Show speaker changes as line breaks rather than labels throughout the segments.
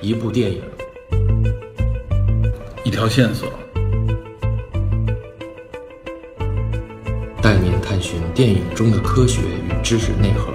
一部电影，
一条线索，
带您探寻电影中的科学与知识内核。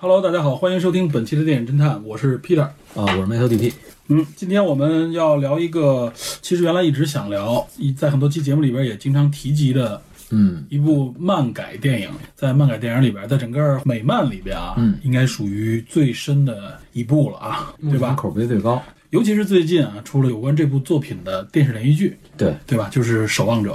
Hello，大家好，欢迎收听本期的电影侦探，我是 Peter。
啊，我是麦头 DP，
嗯，今天我们要聊一个，其实原来一直想聊，一在很多期节目里边也经常提及的
嗯，
一部漫改电影，在漫改电影里边，在整个美漫里边啊，
嗯
应该属于最深的一部了啊，对吧？
口碑最高，
尤其是最近啊，出了有关这部作品的电视连续剧，
对，
对吧？就是《守望者》。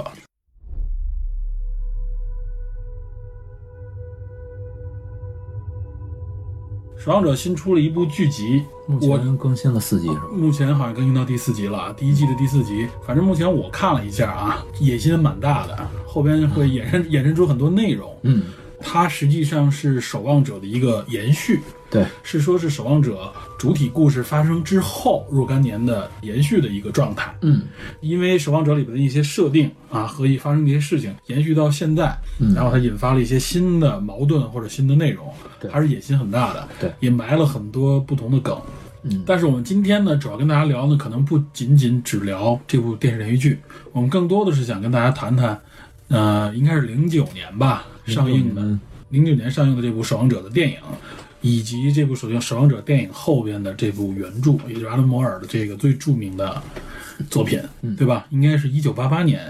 《守望者》新出了一部剧集，
目
我
前更新了四季是吧？
目前好像更新到第四集了，啊，第一季的第四集。反正目前我看了一下啊，野心蛮大的，后边会衍生衍生出很多内容。
嗯，
它实际上是《守望者》的一个延续，
对，
是说是《守望者》主体故事发生之后若干年的延续的一个状态。
嗯，
因为《守望者》里边的一些设定啊和一发生的一些事情延续到现在，
嗯
然后它引发了一些新的矛盾或者新的内容，
对
还是野心很大的，
对
也埋了很多不同的梗。
嗯
但是我们今天呢，主要跟大家聊呢，可能不仅仅只聊这部电视连续剧，我们更多的是想跟大家谈谈，呃，应该是零九年吧上映的，零九年上映的这部《守望者》的电影，以及这部《守望守望者》电影后边的这部原著，也就是阿伦·摩尔的这个最著名的作品，
嗯
对吧？应该是一九八八年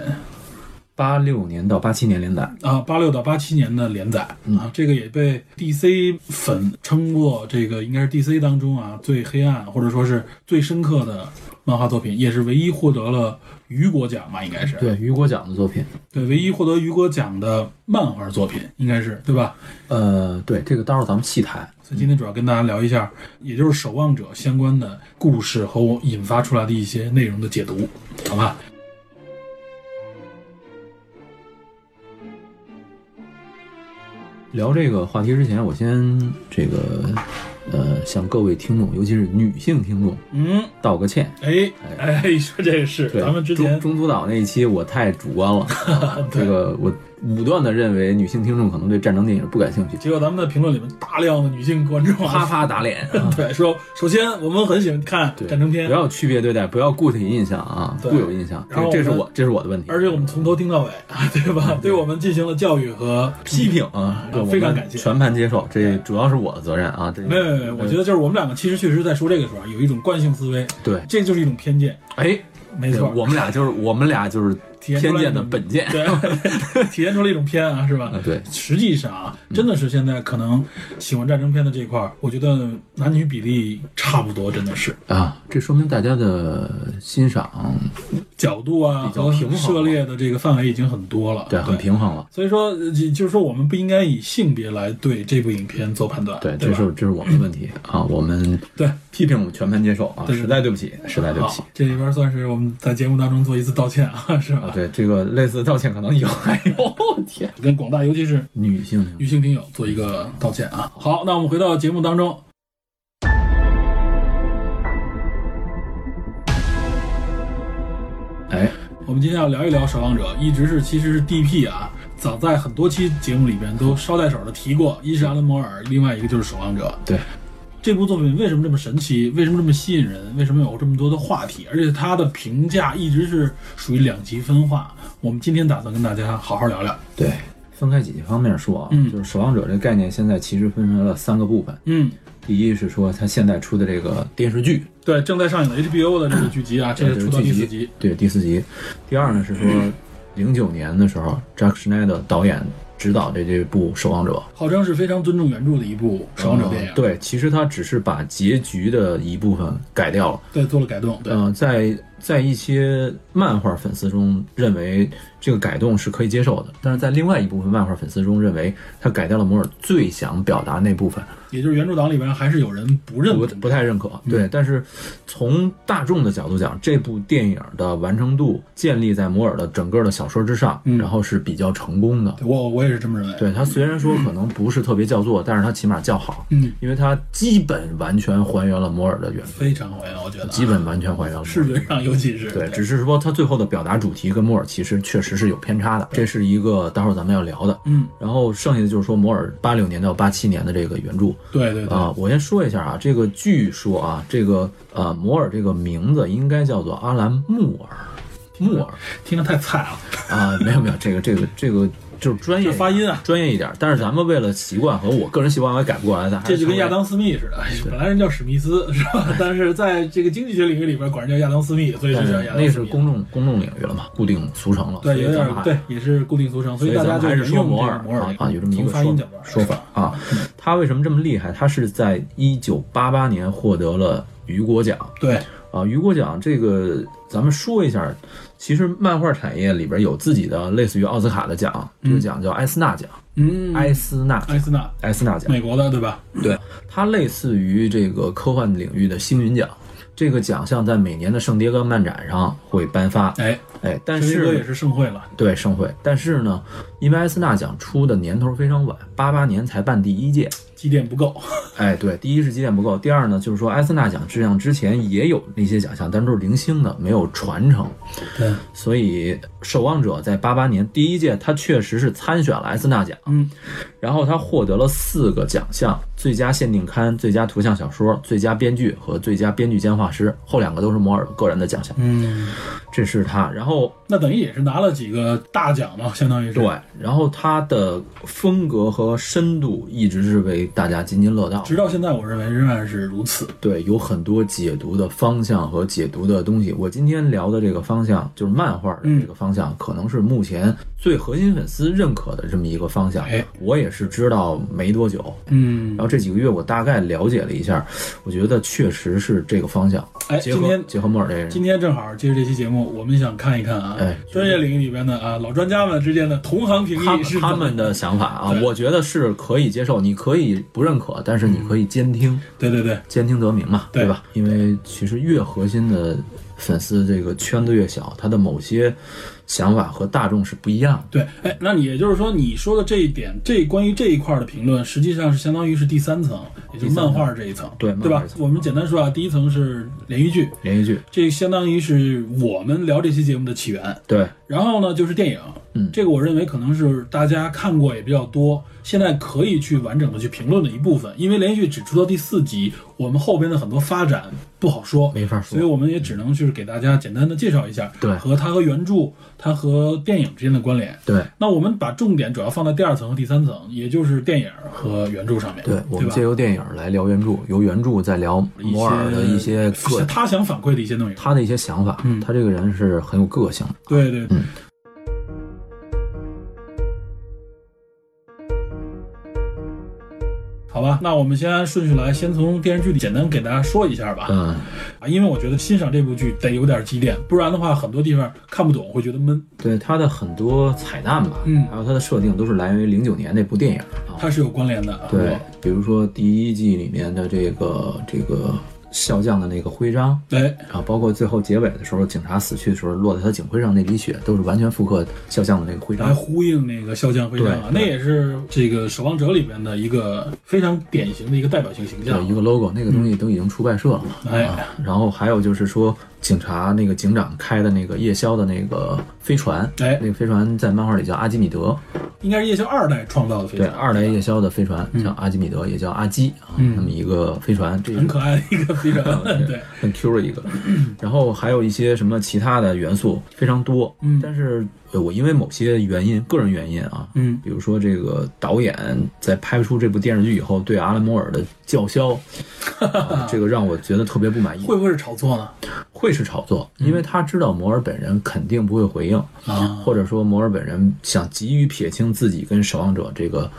八六年到八七年连载，
啊，八六到八七年的连载
嗯
啊，这个也被 DC 粉称过，这个应该是 DC 当中啊最黑暗或者说是最深刻的漫画作品，也是唯一获得了雨果奖吧，应该是
对，雨果奖的作品，
对唯一获得雨果奖的漫画作品，应该是对吧？
呃，对，这个到时候咱们细谈，
所以今天主要跟大家聊一下，也就是《守望者》相关的故事和我引发出来的一些内容的解读，好吧？
聊这个话题之前，我先这个，呃，向各位听众，尤其是女性听众
嗯，
道个歉。
哎哎，说这个是
对，
咱们之前
中中途岛那一期我太主 观了， 这个我武断的认为女性听众可能对战争电影不感兴趣，
结果咱们的评论里面大量的女性观众
啪
啊，
啪打脸。
对说，首先我们很喜欢看
对
战争片
不，要区别对待，不要固体印象啊，
对
固有印象，
然后
这这是
我们
我这是我的问题，
而且我们从头听到尾， 对
嗯
吧？对我们进行了教育和
批评啊，对我们
非常感谢
全盘接受，这主要是我的责任啊，这
没有没有没有，我觉得就是我们两个其实确实在说这个时候啊有一种惯性思维，
对，
这就是一种偏见，
哎，
没错，
我们俩就是我们俩就是
体验出来
偏见的
你
本见
对， 体现出了一种偏啊，是吧？
啊，对，
实际上啊，
嗯
真的是现在可能喜欢战争片的这一块儿，我觉得男女比例差不多，真的是
啊，这说明大家的欣赏
角度啊
比较
和
平衡
涉猎的这个范围已经很多了，
对很平衡了，
所以说，呃就就是说，我们不应该以性别来对这部影片做判断，
对，
对，
这
吧
是这是我们的问题啊，我们
对。
批评我们全盘接受啊，
对
实在对不起，实在对不起
好。，这里边算是我们在节目当中做一次道歉啊，是
啊
吧，？
对这个类似的道歉可能有，哎呦我天，
跟广大尤其是
女性听众
女性听友做一个道歉啊。好，那我们回到节目当中。
哎，
我们今天要聊一聊《守望者》，一直是其实是 DP 啊，早在很多期节目里边都捎带手的提过，一是阿伦摩尔，另外一个就是《守望者》。
对，
这部作品为什么这么神奇？为什么这么吸引人？为什么有这么多的话题？而且它的评价一直是属于两极分化。我们今天打算跟大家好好聊聊。
对，分开几个方面说啊，
嗯
就是《守望者》这概念现在其实分成了三个部分。
嗯，
第一是说它现在出的这个电视剧，
对，正在上映的 HBO 的 这个剧集啊，这
这
是
是
出到第四
剧
集。，
对第四集。第二呢是
嗯
说，零九年的时候，Jack Schneider 导演执导的这部《守望者》
号称是非常尊重原著的一部《守望者》电影，
呃对，其实他只是把结局的一部分改掉了。
对做了改动，对，
嗯、在在一些漫画粉丝中认为这个改动是可以接受的，但是在另外一部分漫画粉丝中认为他改掉了摩尔最想表达那部分。
也就是原著党里边还是有人不认
不
同
不太认可。
嗯
对，但是从大众的角度讲，这部电影的完成度建立在摩尔的整个的小说之上，然后是比较成功的。
嗯对我我也是这么认为。
对它虽然说可能不是特别叫座，但是它起码叫好，
嗯，
因为它基本完全还原了摩尔的原
非常还原，我觉得啊
基本完全还原了摩尔。
视觉上，尤尤其是
对，只是说它最后的表达主题跟摩尔其实确实是有偏差的，这是一个待会儿咱们要聊的。
嗯，
然后剩下的就是说摩尔八六年到八七年的这个原著
对对对，
啊、我先说一下啊，这个据说啊，这个呃摩尔这个名字应该叫做阿兰穆尔，穆尔
听着太菜了。
啊，没有没有，这个这个这个就是专业
这发音啊
专业一点。但是咱们为了习惯和我个人习惯，我也改不过来的。
这就跟亚
还是稍微
当·斯密似的，本来人叫史密斯是 吧？但是在这个经济学领域里边，管人叫亚当·斯密，所以就
但
叫
是
亚
那
当·
是
斯密。
公众公众领域了嘛，固定俗成了。
对，
所以
有
咱
点
们还
对，也是固定俗成，所
所
以
以
大
咱
家
们
就
还是
沿
说
用
摩
这
尔
个摩尔
啊，有这么一
从
个
发音角
说
度
说
来
法。啊。他为什么这么厉害？他是在一九八八年获得了雨果奖
对，
啊。雨果奖这个咱们说一下，其实漫画产业里边有自己的类似于奥斯卡的奖，这个奖叫埃斯纳奖，
嗯，
埃斯纳
埃斯纳，
埃斯纳奖。
美国的对吧？
对，它类似于这个科幻领域的星云奖。这个奖项在每年的圣迭戈漫展上会颁发，
哎，
哎，但
这哥也
是
是盛会了。
对盛会，但是呢，因为埃斯纳奖出的年头非常晚，八八年才办第一届，
积淀不够，
哎，对，第一是积淀不够，第二呢，就是说埃斯纳奖质量之前也有那些奖项，但都是零星的，没有传承，
对，
所以《守望者》在八八年第一届，他确实是参选了埃斯纳奖，
嗯，
然后他获得了四个奖项：最佳限定刊、最佳图像小说、最佳编剧和最佳编剧兼画师。后两个都是摩尔个人的奖项，
嗯，
这是他。然后
那等于也是拿了几个大奖嘛，相当于是。
对，然后他的风格和深度一直是为大家津津乐道的。
直到现在，我认为仍然是如此。
对，有很多解读的方向和解读的东西。我今天聊的这个方向，就是漫画的
嗯
这个方向，可能是目前最核心粉丝认可的这么一个方向
哎。
我也是知道没多久，
嗯
然，后这几个月我大概了解了一下，我觉得确实是这个方向。
哎，
结合
今天
结合莫尔这个人，
今天正好接着这期节目，我们想看一看啊，
哎
专业领域里边的啊老专家们之间的同行评
他
议是
他
怎么
们的想法啊
对，
我觉得是可以接受，你可以不认可，但是你
嗯
可以监听，
对对对，
兼听则明嘛，
对
对吧？因为其实越核心的粉丝，这个圈子越小，他的某些想法和大众是不一样的。
对，哎，那你也就是说，你说的这一点，这关于这一块的评论，实际上是相当于是第三层，也就是漫画这一层，
对
对
漫画
吧
这一？层
我们简单说啊，第一层是连续剧，
连续剧，
这相当于是我们聊这期节目的起源。
对，
然后呢，就是电影，
嗯
这个我认为可能是大家看过也比较多，现在可以去完整的去评论的一部分，因为连续只出到第四集，我们后边的很多发展不好说，
没法说嗯
所以我们也只能就是给大家简单的介绍一下，
对
和它和原著、它和电影之间的关联。
对。
那我们把重点主要放在第二层和第三层，也就是电影和原著上面，
对
对，
我们
吧
借？由电影来聊原著，由原著再聊摩尔的一些个
他想反馈的一些内容，
他的一些想法
嗯，
他这个人是很有个性的。
对对对。
嗯
好吧，那我们先按顺序来，先从电视剧里简单给大家说一下吧。
嗯，
啊，因为我觉得欣赏这部剧得有点积淀，不然的话很多地方看不懂，会觉得闷。
对他的很多彩蛋吧，
嗯
还有他的设定都是来源于零九年那部电影啊。
它是有关联的啊。
对，比如说第一季里面的这个这个笑匠的那个徽章，
我，哎，
然后包括最后结尾的时候，警察死去的时候落在他警徽上那滴血，都是完全复刻肖像的那个徽
来
章。
呼应那个笑匠徽章
对
啊，那
对
也是这个《守望者》里边的一个非常典型的一个代表性形
对，
象
一。个 logo，那个东
嗯
西都已经出外设了嘛。
哎
啊，然后还有就是说，警察那个警长开的那个夜宵的那个飞船，
哎
那个飞船在漫画里叫阿基米德，
应该是夜宵二代创造的非
对，
常
二代夜宵的飞船
嗯
叫阿基米德，也叫阿基啊，那么一个飞船，这
很
是
可爱的一个非常 对，
很 Q 的一个。 然后还有一些什么其他的元素非常多，
嗯
但是呃我因为某些原因，个人原因啊，
嗯，
比如说这个导演在拍出这部电视剧以后，对阿兰摩尔的叫 嚣、啊这个让我觉得特别不满意。
会不会是炒作呢？
会是炒作，因为他知道摩尔本人肯定不会回应，
啊
或者说摩尔本人想急于撇清自己跟守望者这个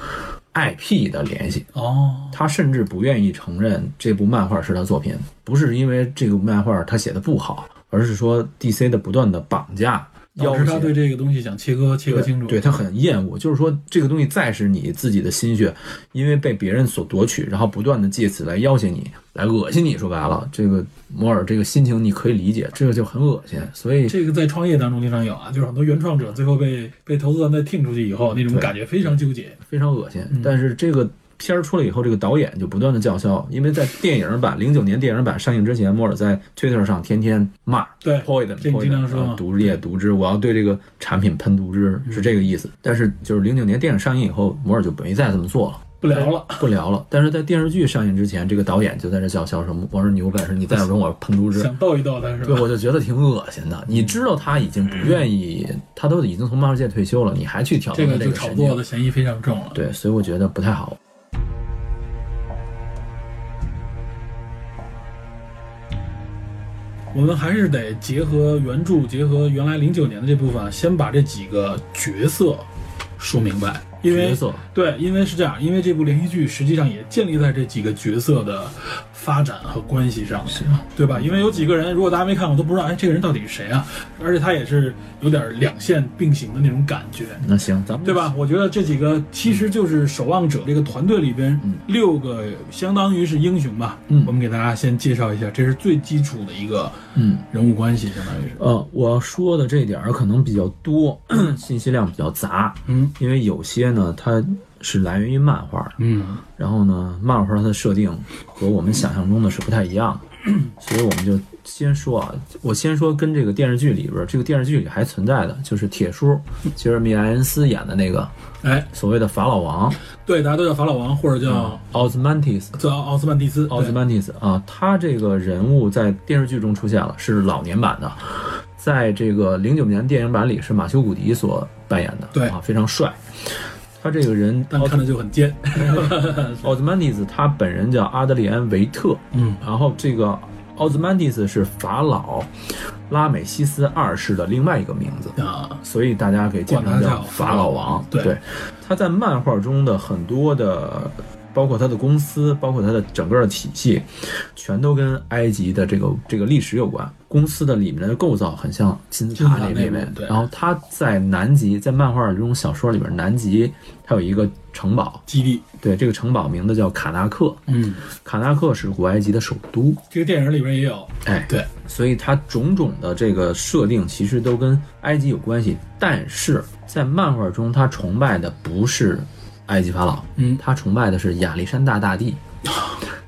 IP 的联系，
哦，
他甚至不愿意承认这部漫画是他作品，不是因为这个漫画他写的不好，而是说 DC 的不断的绑架。
导
要
致
挟。
他对这个东西想切割切割清楚。
对他很厌恶，就是说这个东西再是你自己的心血，因为被别人所夺取，然后不断的借此来要挟你，来恶心你。说白了，这个摩尔这个心情你可以理解，这个就很恶心。所以
这个在创业当中经常有啊，就是很多原创者最后被被投资团队听出去以后，那种
对
感觉非常纠结。
非常恶心。但是这个片儿出来以后，这个导演就不断的叫嚣，因为在电影版零九年电影版上映之前，摩尔在 Twitter 上天天骂
对
poison
这你经常
poison
说嗯
啊毒液毒汁，我要对这个产品喷毒汁，是这个意思。但是就是零九年电影上映以后，摩尔就没再这么做了。
不聊了，
不聊了。但是在电视剧上映之前，这个导演就在这叫嚣什么：“我说你有本事，你再跟我喷毒汁。”
想逗一逗他是
对，
吧？
我就觉得挺恶心的。你知道他已经不愿意，他都已经从漫画界退休了，你还去挑
这
战
个
这
就
个
炒
神经
作的嫌疑非常重了。
对，所以我觉得不太好。
我们还是得结合原著，结合原来零九年的这部分，先把这几个角色说明白。因为
角色
对，因为是这样，因为这部连续剧实际上也建立在这几个角色的发展和关系上面，对吧？因为有几个人，如果大家没看过，都不知道，哎，这个人到底是谁啊？而且他也是有点两线并行的那种感觉。
那行，咱们
对？吧？我觉得这几个其实就是守望者这个团队里边六个，相当于是英雄吧。
嗯
我们给大家先介绍一下，这是最基础的一个
嗯，
人物关系，相当于是。
呃，我要说的这点儿可能比较多， 信息量比较杂，
嗯
因为有些呢它是来源于漫画，
嗯，
然后呢，漫画它的设定和我们想象中的是不太一样的， 所以我们就先说啊，我先说跟这个电视剧里边儿，这个电视剧里还存在的就是铁叔吉尔米·莱恩斯演的那个
哎，
所谓的法老王
对，大家都叫法老王或者叫
奥斯曼蒂斯。
叫奥斯曼蒂斯。
嗯奥斯曼蒂斯啊，他这个人物在电视剧中出现了，是老年版的，在这个零九年电影版里是马修·古迪所扮演的，
对
啊，非常帅。他这个人
对，但看着就很 尖。
奥斯曼蒂斯，他本人叫阿德里安·维特，
嗯，
然后这个奥兹曼蒂斯是法老拉美西斯二世的另外一个名字，
啊，
所以大家给简
管
称
他
叫
叫
法老王。
对
他在漫画中的很多的，包括他的公司，包括他的整个的体系，全都跟埃及的这个这个历史有关。公司的里面的构造很像金字塔
金字塔
那边
那边对
然后他在南极，在漫画中小说里边，南极它有一个城堡，
基地。
对，这个城堡名字叫卡纳克，
嗯，
卡纳克是古埃及的首都。
这个电影里边也有。
哎，
对，
所以它种种的这个设定其实都跟埃及有关系，但是在漫画中，他崇拜的不是埃及法老，
嗯哦
他崇拜的是亚历山大大帝，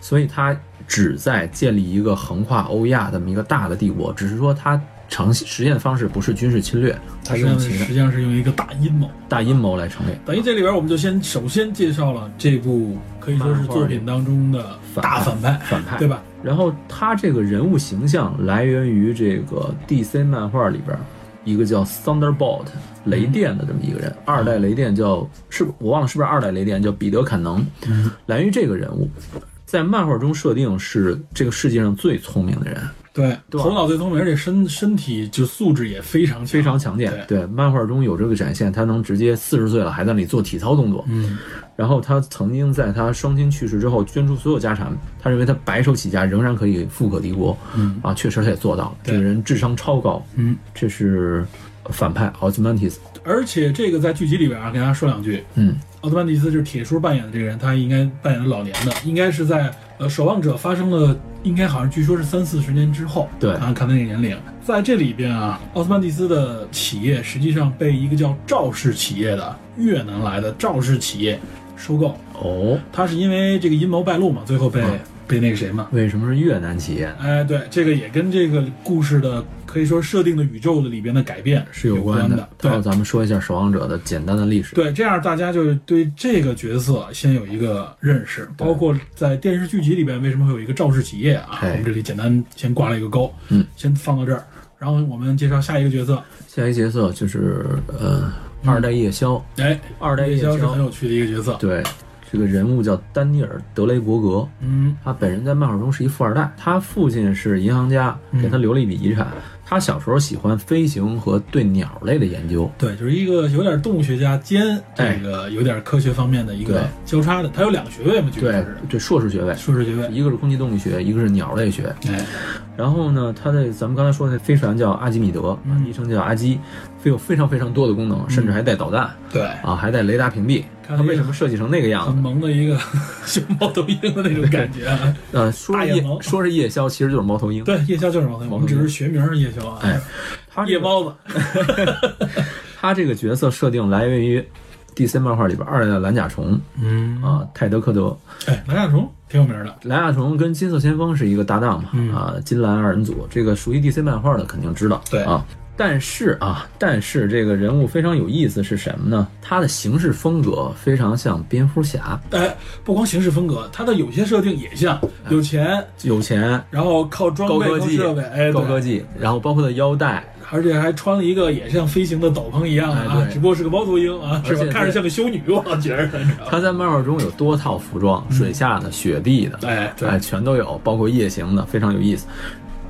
所以他旨在建立一个横跨欧亚这么一个大的帝国，只是说他呈现实验方式不是军事侵略，他
他
是
实际
用
上
其
实
他
际上是用一个大阴谋。
大阴谋来成立。
等于这里边我们就先首先介绍了这部可以说是作品当中的大反派，
反派
对吧？
然后他这个人物形象来源于这个 DC 漫画里边儿一个叫 Thunderbolt 雷电的这么一个人，二代雷电叫是不我忘了是不是二代雷电叫彼得坎能，来源于这个人物，在漫画中设定是这个世界上最聪明的人，
对，
对吧
头脑最聪明，而且身身体就素质也非常
非常强健。对，漫画中有这个展现，他能直接四十岁了还在那里做体操动作。
嗯，
然后他曾经在他双亲去世之后捐出所有家产，他认为他白手起家仍然可以富可敌国。
嗯，
啊，确实他也做到了。这个人智商超高。
嗯，
这是反派奥斯曼提斯。
而且这个在剧集里边啊，给大家说两句，
嗯，
奥特曼蒂斯就是铁叔扮演的这个人，他应该扮演的老年的，应该是在呃守望者发生了，应该好像据说是三四十年之后，
对
啊，看他那个年龄，在这里边啊，奥斯曼蒂斯的企业实际上被一个叫赵氏企业的越南来的赵氏企业收购，
哦，
他是因为这个阴谋败露嘛，最后被、
嗯
被那个谁嘛。
为什么是越南企业？
哎，对，这个也跟这个故事的可以说设定的宇宙的里边的改变
是有
关
关
的
的。。待
对
会儿咱们说一下《守望者》的简单的历史。
对，这样大家就是对这个角色先有一个认识，包括在电视剧集里边为什么会有一个赵氏企业啊？我
哎
们这里简单先挂了一个钩，
嗯，
先放到这儿，然后我们介绍下一个角色。
下一角色就是呃，二代夜枭。
哎，
二代
嗯夜
夜
枭是很
枭，
有趣的一个角色。
对，这个人物叫丹尼尔·德雷伯格。
嗯，
他本人在漫画中是一富二代，他父亲是银行家，给
嗯
他留了一笔遗产。他小时候喜欢飞行和对鸟类的研究。
对，就是一个有点动物学家兼这个有点科学方面的一个
哎对
交叉的，他有两个学位嘛，据说
对
是
对，硕士学位，
硕士学位。
一个是空气动力学，一个是鸟类学。
哎，
然后呢，他的咱们刚才说的那飞船叫阿基米德，啊
嗯
昵称叫阿基，非有非常非常多的功能，甚至还带导弹
对，
啊，还带雷达屏蔽。
看
他为什么设计成那个样
很
子？
萌的一个 熊猫头鹰的那种感觉啊。
呃，说
大
是
眼
夜
猫
说是夜枭，其实就是猫头鹰。
对，夜枭就是猫头鹰，我们只是学名儿夜枭啊。
哎，他这
夜
个
猫子，
他这个角色设定来源于 DC 漫画里边二代的蓝甲虫
嗯，
啊，泰德·科德。
哎，蓝甲虫挺有名的，
蓝甲虫跟金色先锋是一个搭档嘛，
嗯
啊，金蓝二人组，这个熟悉 DC 漫画的肯定知道，
对
啊。但是啊，但是这个人物非常有意思，是什么呢？他的行事风格非常像蝙蝠侠，
哎，不光形式风格，它的有些设定也像有钱，
有钱、
然后靠装
哎高
备、
科
靠
技、
设备，哎，
高科
技，
技，然后包括他的腰带，
而且还穿了一个也像飞行的斗篷一样
哎
啊，
对
只不过是个猫头鹰啊，是
而
吧
且？
看着像个修女，我觉着，你知道吗
他在漫画中有多套服装，水下的、雪地的，
哎，嗯 对
哎，全都有，包括夜行的，非常有意思。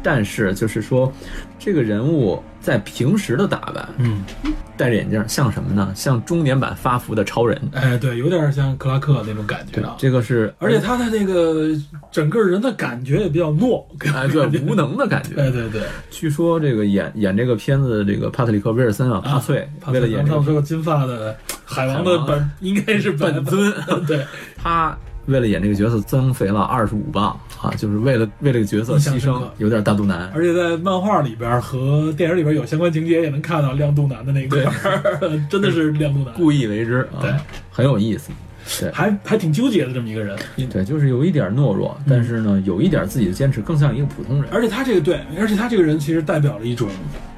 但是就是说，这个人物在平时的打扮，
嗯，
戴着眼镜像什么呢？像中年版发福的超人。
哎，对，有点像克拉克那种感觉啊。
这个 是，
而且他的这个整个人的感觉也比较懦，
哎，对，无能的感
对
觉。
对对，
据说这个演演这个片子的这个帕特里克·威尔森啊，帕翠，
他
为了演这
上
个
说过金发的海王的
海啊
本应该是本
本尊，
对，
他为了演这个角色增肥了二十五磅啊，就是为了为这个角色
印象
牺
深
牲
刻，
有点大肚腩。
而且在漫画里边和电影里边有相关情节也能看到亮度男的那个，呃真的是亮度男，
故意为之
对
啊，很有意思。
还还挺纠结的这么一个人。
对，就是有一点懦
嗯
弱，但是呢，有一点自己的坚持，更像一个普通人。
而且他这个对，而且他这个人其实代表了一种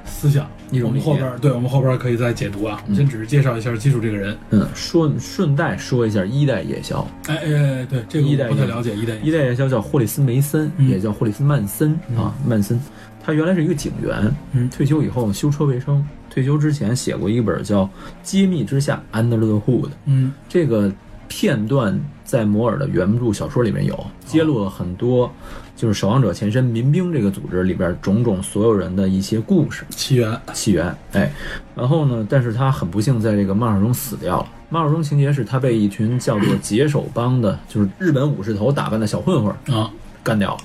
思想，
一种
我们
理念
后边对我们后边可以再解读啊。我们先只是介绍一下基础这个人。
嗯，顺顺带说一下，一代夜宵，
哎哎，对这个
一代
我不太
人
了解，一代一
一代夜宵叫霍利斯·梅森，
嗯
也叫霍利斯·曼森啊，曼森。他原来是一个警员，
嗯
退休以后修车为生。退休之前写过一本叫《揭秘之下：Under the Hood》，
嗯
这个片段在摩尔的原著小说里面有，揭露了很多就是守望者前身民兵这个组织里边种种所有人的一些故事。
起源，
起源，哎，然后呢，但是他很不幸在这个漫画中死掉了。漫画中情节是他被一群叫做解手帮的，就是日本武士头打扮的小混混
啊，
干掉了。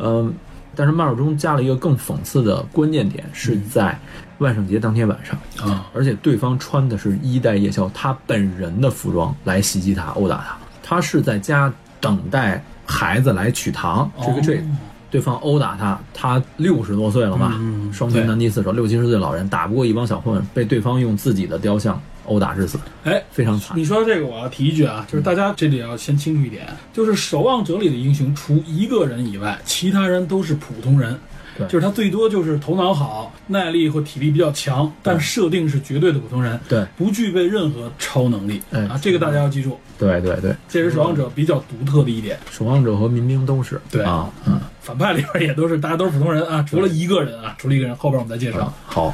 嗯，但是漫画中加了一个更讽刺的关键点，是
嗯
在万圣节当天晚上，
啊，
而且对方穿的是一代夜宵他本人的服装来袭击他、殴打他。他是在家等待孩子来取糖
哦
trick or treat，对方殴打他，他六十多岁了吧，
嗯嗯
双拳难敌四手，六七十岁的老人打不过一帮小混混，被对方用自己的雕像殴打致死，
哎，
非常惨
你。说到这个，我要提一句啊，就是大家这里要先清楚一点，就是《守望者》里的英雄，除一个人以外，其他人都是普通人。
对
就是他最多就是头脑好、耐力或体力比较强，但设定是绝对的普通人，
对
不具备任何超能力、
哎
啊，这个大家要记住，
对对对，
这是《守望者》比较独特的一点。
守望者和民兵都是
对
啊，嗯，
反派里边也都是大家都是普通人啊，除了一个人啊，除了一个人，后边我们再介绍。
好，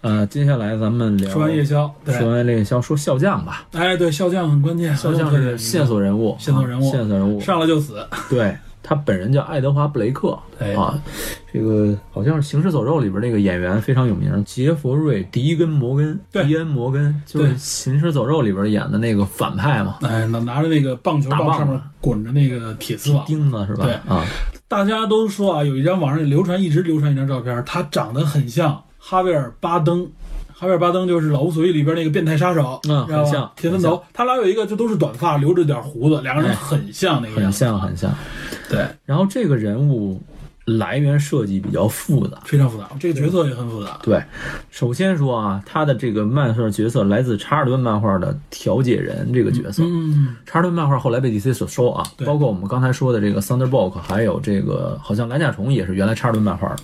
呃，接下来咱们聊
说完夜宵，对，
说完夜宵，说笑匠吧，
哎，对，笑匠很关键，
笑匠
很有特
是
点
线，索人物，
线索人物
啊线索人物，
上来就死，
对他本人叫爱德华·布雷克
哎
啊，这个好像是《行尸走肉》里边那个演员非常有名，杰佛瑞·迪根·摩根，
对
迪恩·摩根就是
对
《行尸走肉》里边演的那个反派嘛，
哎，拿拿着那个棒球
大
棒
棒啊
上面滚着那个铁丝网。
钉子是吧？
对
啊，
大家都说啊，有一张网上流传，一直流传一张照片，他长得很像哈维尔·巴登。哈维尔·巴登就是《老无所依》里边那个变态杀手，
嗯
知道吧
很像
铁分头。他俩有一个就都是短发，留着点胡子，两个人很像那个样
很
子。
像很像。
对，
然后这个人物来源设计比较复杂。
非常复杂，这个角色也很复杂。
对，首先说啊，他的这个漫画角色来自查尔顿漫画的调解人这个角色，
嗯，
查尔顿漫画后来被 DC 所收啊，
对
包括我们刚才说的这个 Thunderbolt，还有这个好像蓝甲虫也是原来查尔顿漫画的。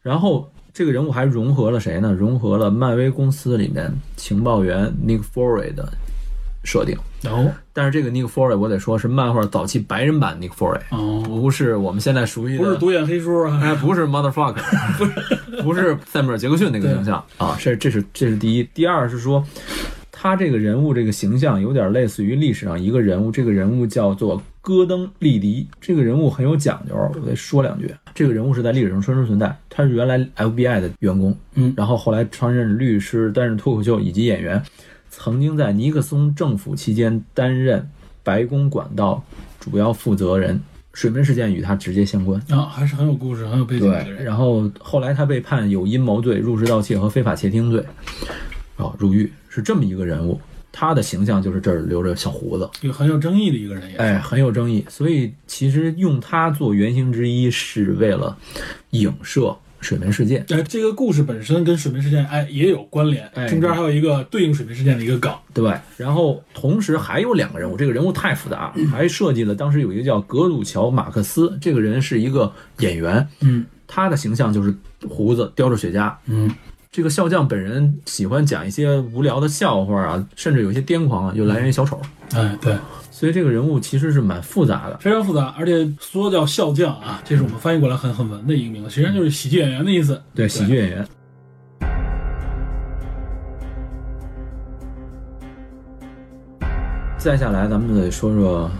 然后这个人物还融合了谁呢？融合了漫威公司里面情报员 Nick Fury 的设定，
然后
但是这个 Nick Fury 我得说是漫画早期白人版 Nick Fury，
哦，
不是我们现在熟悉的，
不是独眼黑叔啊，
嗯哎，不是 motherfucker，不是不是塞缪尔杰克逊那个形象啊，这这是这是第一，第二是说他这个人物这个形象有点类似于历史上一个人物，这个人物叫做戈登利迪，这个人物很有讲究，我得说两句。这个人物是在历史上真实存在，他是原来 FBI 的员工，
嗯
然后后来担任律师，担任脱口秀以及演员，曾经在尼克松政府期间担任白宫管道主要负责人，水门事件与他直接相关。
然后啊还是很有故事、很有背景的一
对，
个人。
然后后来他被判有阴谋罪、入室盗窃和非法窃听罪，啊、入狱是这么一个人物。他的形象就是这儿留着小胡子，
一个很有争议的一个人也是。
哎，很有争议。所以其实用他做原型之一是为了影射水门事件。
哎，这个故事本身跟水门事件哎也有关联，
哎
中间还有一个对应水门事件的一个梗。
对，然后同时还有两个人物，这个人物太复杂，还设计了当时有一个叫格鲁乔马克思，这个人是一个演员，
嗯
他的形象就是胡子叼着雪茄。
嗯，
这个笑匠本人喜欢讲一些无聊的笑话啊，甚至有一些癫狂啊，又来源于小丑，
哎对，
所以这个人物其实是蛮复杂的。
非常复杂，而且说叫笑匠啊，这是我们翻译过来很很文的一个名字，实际上就是喜剧演员的意思。
对，喜剧演员。再下来，咱们得说说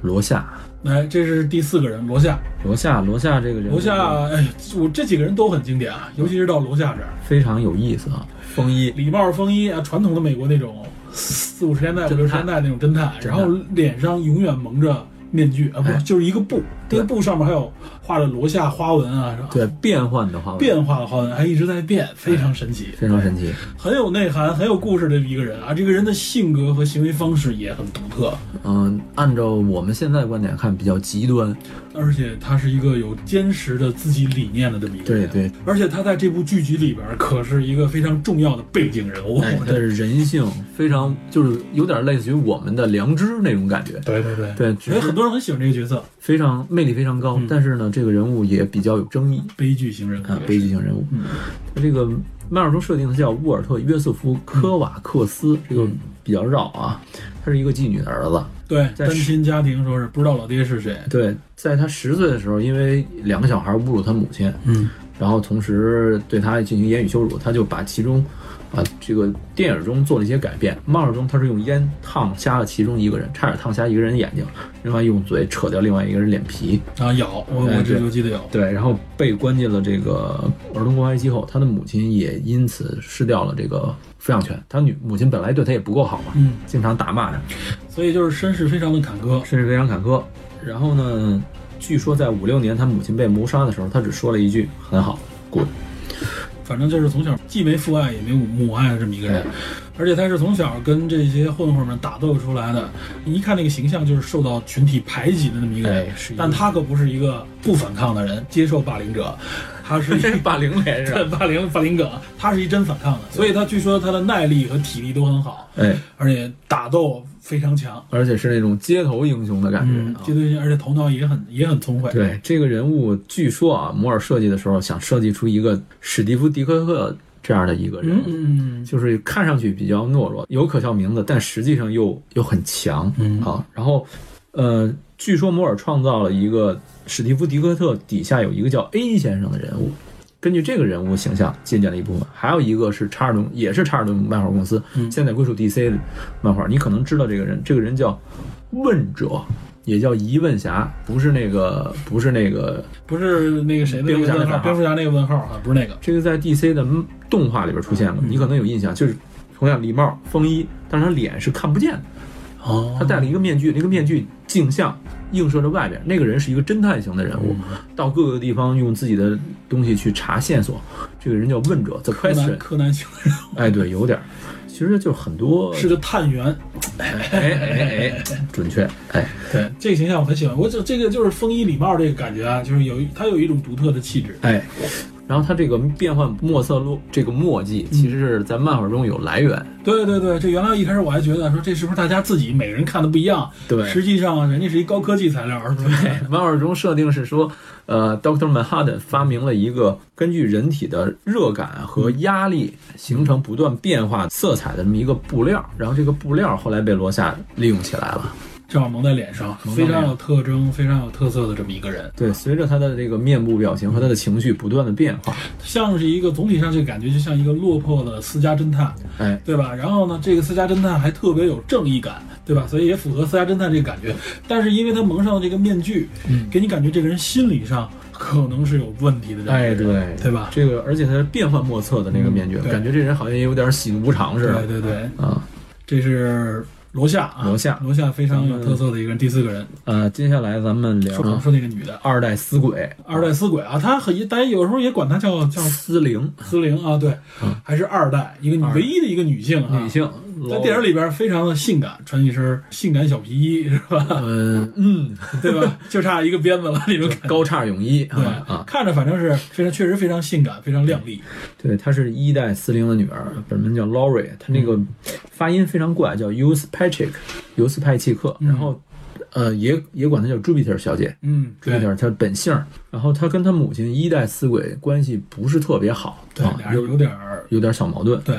罗夏。
哎，这是第四个人罗夏，
罗夏，罗夏这个人，
罗夏，哎，我这几个人都很经典啊，尤其是到罗夏这儿，
非常有意思啊，风衣
礼帽、风衣啊，传统的美国那种四五十年代、五
侦探
六十年代那种侦探，
侦探
然后脸上永远蒙着面具啊，不
哎
就是一个布，那个布上面还有画着罗夏花纹啊，是吧
对变换的话，
变化的花纹还一直在变，非常神奇，
非常神奇。
很有内涵、很有故事的一个人啊。这个人的性格和行为方式也很独特，
嗯，按照我们现在观点看，比较极端。
而且他是一个有坚实的自己理念的这么一个
对
人。
对，
而且他在这部剧集里边可是一个非常重要的背景人物，
哎，但是人性非常，就是有点类似于我们的良知那种感觉。
对对对，
对，
所
只
以
是
很多人很喜欢这个角色，
非常魅力非常高，但是呢，这个人物也比较有争议
悲剧型人物
啊，悲剧。型人物。他这个迈尔中设定的叫沃尔特·约瑟夫·科瓦克斯，这个比较绕啊。他是一个妓女的儿子，
对，
在
单亲家庭说是不知道老爹是谁，
对，在他十岁的时候，因为两个小孩侮辱他母亲，
嗯，
然后同时对他进行言语羞辱，他就把其中啊这个电影中做了一些改变。漫画中他是用烟烫瞎了其中一个人，差点烫瞎一个人眼睛，另外用嘴扯掉另外一个人脸皮，
然后咬我，
哎对
我这就记得有，
对，然后被关进了这个儿童关怀机构，他的母亲也因此失掉了这个抚养权。他女母亲本来对他也不够好嘛，
嗯，
经常打骂他，
所以就是身世非常的坎坷，
甚至非常坎坷。然后呢，据说在五六年他母亲被谋杀的时候，他只说了一句“很好，good”。
反正就是从小既没父爱也没母母爱的这么一个人，而且他是从小跟这些混混们打斗出来的，你一看那个形象就是受到群体排挤的那么一个人
哎是一，个
但他可不是一个不反抗的人，接受霸凌者，他是一个
霸凌脸
对，霸凌霸凌梗，他是一真反抗的，所以他据说他的耐力和体力都很好，
哎，
而且打斗非常强，
而且是那种街头英雄的感觉
嗯
啊。，
这对，而且头脑也很也很聪慧，
对这个人物，据说啊，摩尔设计的时候想设计出一个史蒂夫·迪克克这样的一个人啊
嗯
物，
嗯嗯
就是看上去比较懦弱，有可笑名字，但实际上又又很强
嗯
啊。然后，呃，据说摩尔创造了一个史蒂夫·迪克特底下有一个叫 A 先生的人物，根据这个人物形象借鉴了一部分，还有一个是查尔顿，也是查尔顿漫画公司，现在归属 DC 的漫画。你可能知道这个人，这个人叫问者。也叫疑问侠，不是那个，不是那个，
不是那个谁的那
蝙
个
蝠侠
问
那
号，
个
蝙蝠侠那个问号啊，不是那个，
这个在 DC 的嗯动画里边出现
嗯
过，你可能有印象，就是同样礼帽、风衣，但是他脸是看不见的，
哦
他戴了一个面具，那个面具镜像映射着外边。那个人是一个侦探型的人物，
嗯
到各个地方用自己的东西去查线索。这个人叫问者 The
柯南
Question，
柯南型的人
哎，对，有点儿，其实就是很多
是个探员，
哎哎哎，准确，哎，
对 这个形象我很喜欢，我这这个就是风衣礼帽这个感觉啊，就是有一他有一种独特的气质，
哎，然后他这个变换墨色路这个墨迹，
嗯
其实是在漫画中有来源。
对对对，这原来一开始我还觉得说这是不是大家自己每个人看的不一样，
对
实际上啊人家是一高科技材料，是不是？
漫画中设定是说，呃，Doctor Manhattan 发明了一个根据人体的热感和
嗯
压力形成不断变化色彩的这么一个布料，然后这个布料后来被罗夏利用起来了。
正好蒙在脸上，
蒙在
非
脸上
常有特征、非常有特色的这么一个人，
对，随着他的这个面部表情和他的情绪不断的变化，
像是一个总体上这个感觉就像一个落魄的私家侦探，
哎，
对吧？然后呢，这个私家侦探还特别有正义感，对吧？所以也符合私家侦探这个感觉。但是因为他蒙上了这个面具，
嗯
给你感觉这个人心理上可能是有问题的这么一
哎，
个人，
对，
对吧？
这个而且他变幻莫测的那个面具，
嗯对
感觉这人好像也有点喜怒无常似
对
的
对对，
啊。
这是罗夏啊，
罗夏嗯
罗夏非常有特色的一个人，第四个人，
呃，接下来咱们聊
说说那个女的。
二代死鬼
二代死鬼啊，她很，大家有时候也管 她叫叫
司灵
司灵啊，对，还是二代，一个女
嗯二代
唯一的一个女性啊，
女性，
在电影里边非常的性感，穿一身性感小皮衣是吧？
嗯嗯，
对吧？就差一个鞭子了，那种感 觉。
高叉泳衣
对
啊啊，
看着反正是非常，确实非常性感，非常靓丽。
对，她是一代司令的女儿，本名叫 Lori，她那个
嗯
发音非常怪，叫 u s p a c h i k 尤斯派契克，然后呃也也管她叫 Jupiter 小姐。
嗯，对，
Jupiter 她本姓儿，然后她跟她母亲一代死鬼关系不是特别好，
对，
啊
俩，人
有
有点儿
有点小矛盾。
对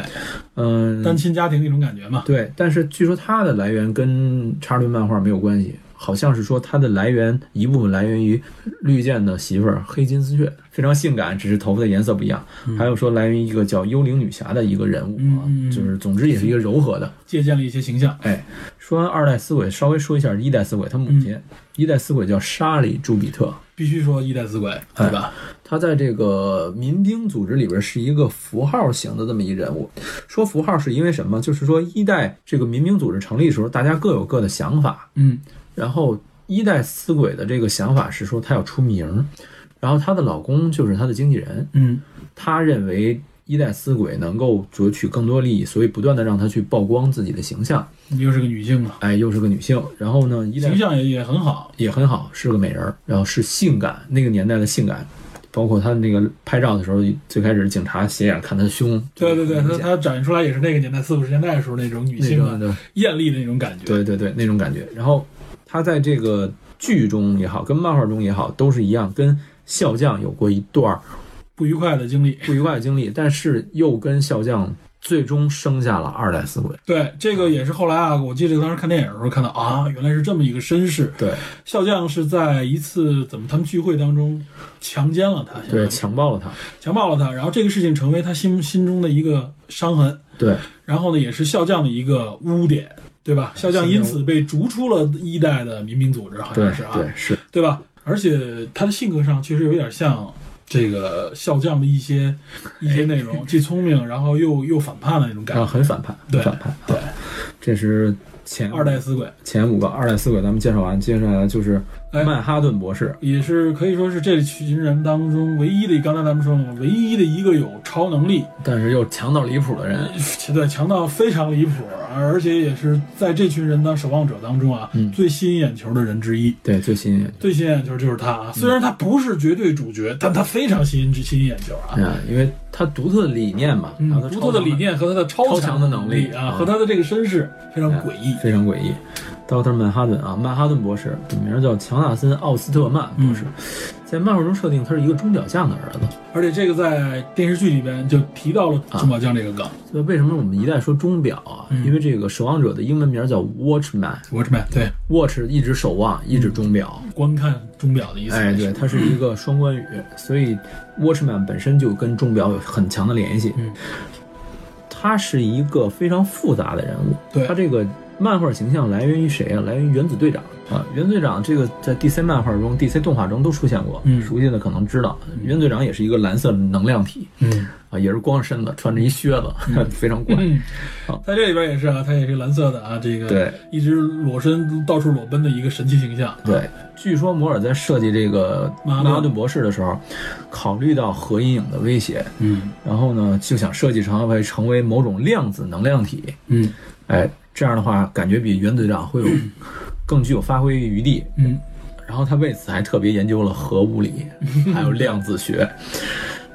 嗯、
单亲家庭那种感觉嘛。
对，但是据说它的来源跟插图漫画没有关系，好像是说它的来源一部分来源于绿箭的媳妇儿黑金丝雀，非常性感，只是头发的颜色不一样。还有说来源于一个叫幽灵女侠的一个人物啊，
嗯嗯嗯嗯
就是总之也是一个柔和的。
借鉴了一些形象。
哎，说完二代死鬼，稍微说一下一代死鬼他母亲，
嗯
一代死鬼叫莎莉·朱比特。
必须说一代死鬼，
哎
对吧？
他在这个民兵组织里边是一个符号型的这么一人物。说符号是因为什么？就是说一代这个民兵组织成立的时候，大家各有各的想法，
嗯
然后一代死鬼的这个想法是说他要出名，然后她的老公就是她的经纪人，
嗯
他认为一代死鬼能够攫取更多利益，所以不断的让她去曝光自己的形象。
又是个女性嘛，
哎，又是个女性，然后呢，一代
形象也也很好。
也很好，是个美人儿，然后是性感，那个年代的性感，包括她那个拍照的时候，最开始警察斜眼看她的胸，
对对对，
很
她
明显
她展现出来也是那个年代四五十年代的时候那种女
那
性
种
的
的，
艳丽的那种感觉。，
对对对，那种感觉。然后她在这个剧中也好，跟漫画中也好，都是一样，跟笑匠有过一段儿
不愉快的经历。
不愉快的经历，但是又跟笑匠最终生下了二代死鬼。
对，这个也是后来啊，
嗯
我记得当时看电影的时候看到啊，原来是这么一个身世。
对
笑匠是在一次怎么他们聚会当中强奸了她，
对，强暴了她。
强暴了她，然后这个事情成为他心心中的一个伤痕。
对
然后呢，也是笑匠的一个污点，对吧？笑匠因此被逐出了一代的民兵组织，好
对
像是啊，
对是，
对吧？而且他的性格上确实有点像这个笑匠的一些一些内容，既聪明，然后又又反叛的那种感
然后啊
觉。
很反叛，很
对
反叛。啊
对，
这是前
二代死鬼
前五个二代四个咱们介绍完，接下来就是
哎
曼哈顿博士。
也是可以说是这群人当中唯一的，刚才咱们说了，唯一的一个有超能力，
但是又强到离谱的人，
对，强到非常离谱，而且也是在这群人当守望者当中啊，
嗯
最吸引眼球的人之一。
对，最新颖。
最吸引眼球就是他啊，虽然他不是绝对主角，但他非常吸引吸引眼球啊
哎。呀，因为他独特的理念嘛，然
嗯
后他
独特的理念和他的超
超强的
能
能力嗯
啊，
啊
和他的这个身世非常诡异。
非常诡异。Doctor 曼哈顿啊，曼哈顿博士，本名叫乔纳森·奥斯特曼博士，在漫画中设定他是一个钟表匠的儿子。
而且这个在电视剧里边就提到了
啊
钟宝匠这个梗
所以为什么我们一旦说钟表啊？因为这个守望者的英文名叫 Watchman，Watch
，Watchman 对
一直守望，一直钟表。
观看钟表的意思。嗯
哎，对，它是一个双关语，所以 Watchman 本身就跟钟表有很强的联系。
嗯，
他是一个非常复杂的人物。
对
他这个漫画形象来源于谁啊？来源于原子队长啊。原子队长这个在 DC 漫画中、DC 动画中都出现过，
嗯
熟悉的可能知道，原子队长也是一个蓝色能量体
嗯
啊，也是光着身子，穿着一靴子， 非常怪。
嗯，在这里边也是啊，他也是蓝色的啊，这个
对，
一直裸身到处裸奔的一个神奇形象。
对，据说摩尔在设计这个
曼
曼
哈顿
哈顿博士的时候，考虑到核阴影的威胁，
嗯
然后呢，就想设计成为成为某种量子能量体，
嗯
哎，这样的话感觉比原子长 会有更具有发挥余地。
嗯，
然后他为此还特别研究了核物理，还有量子学，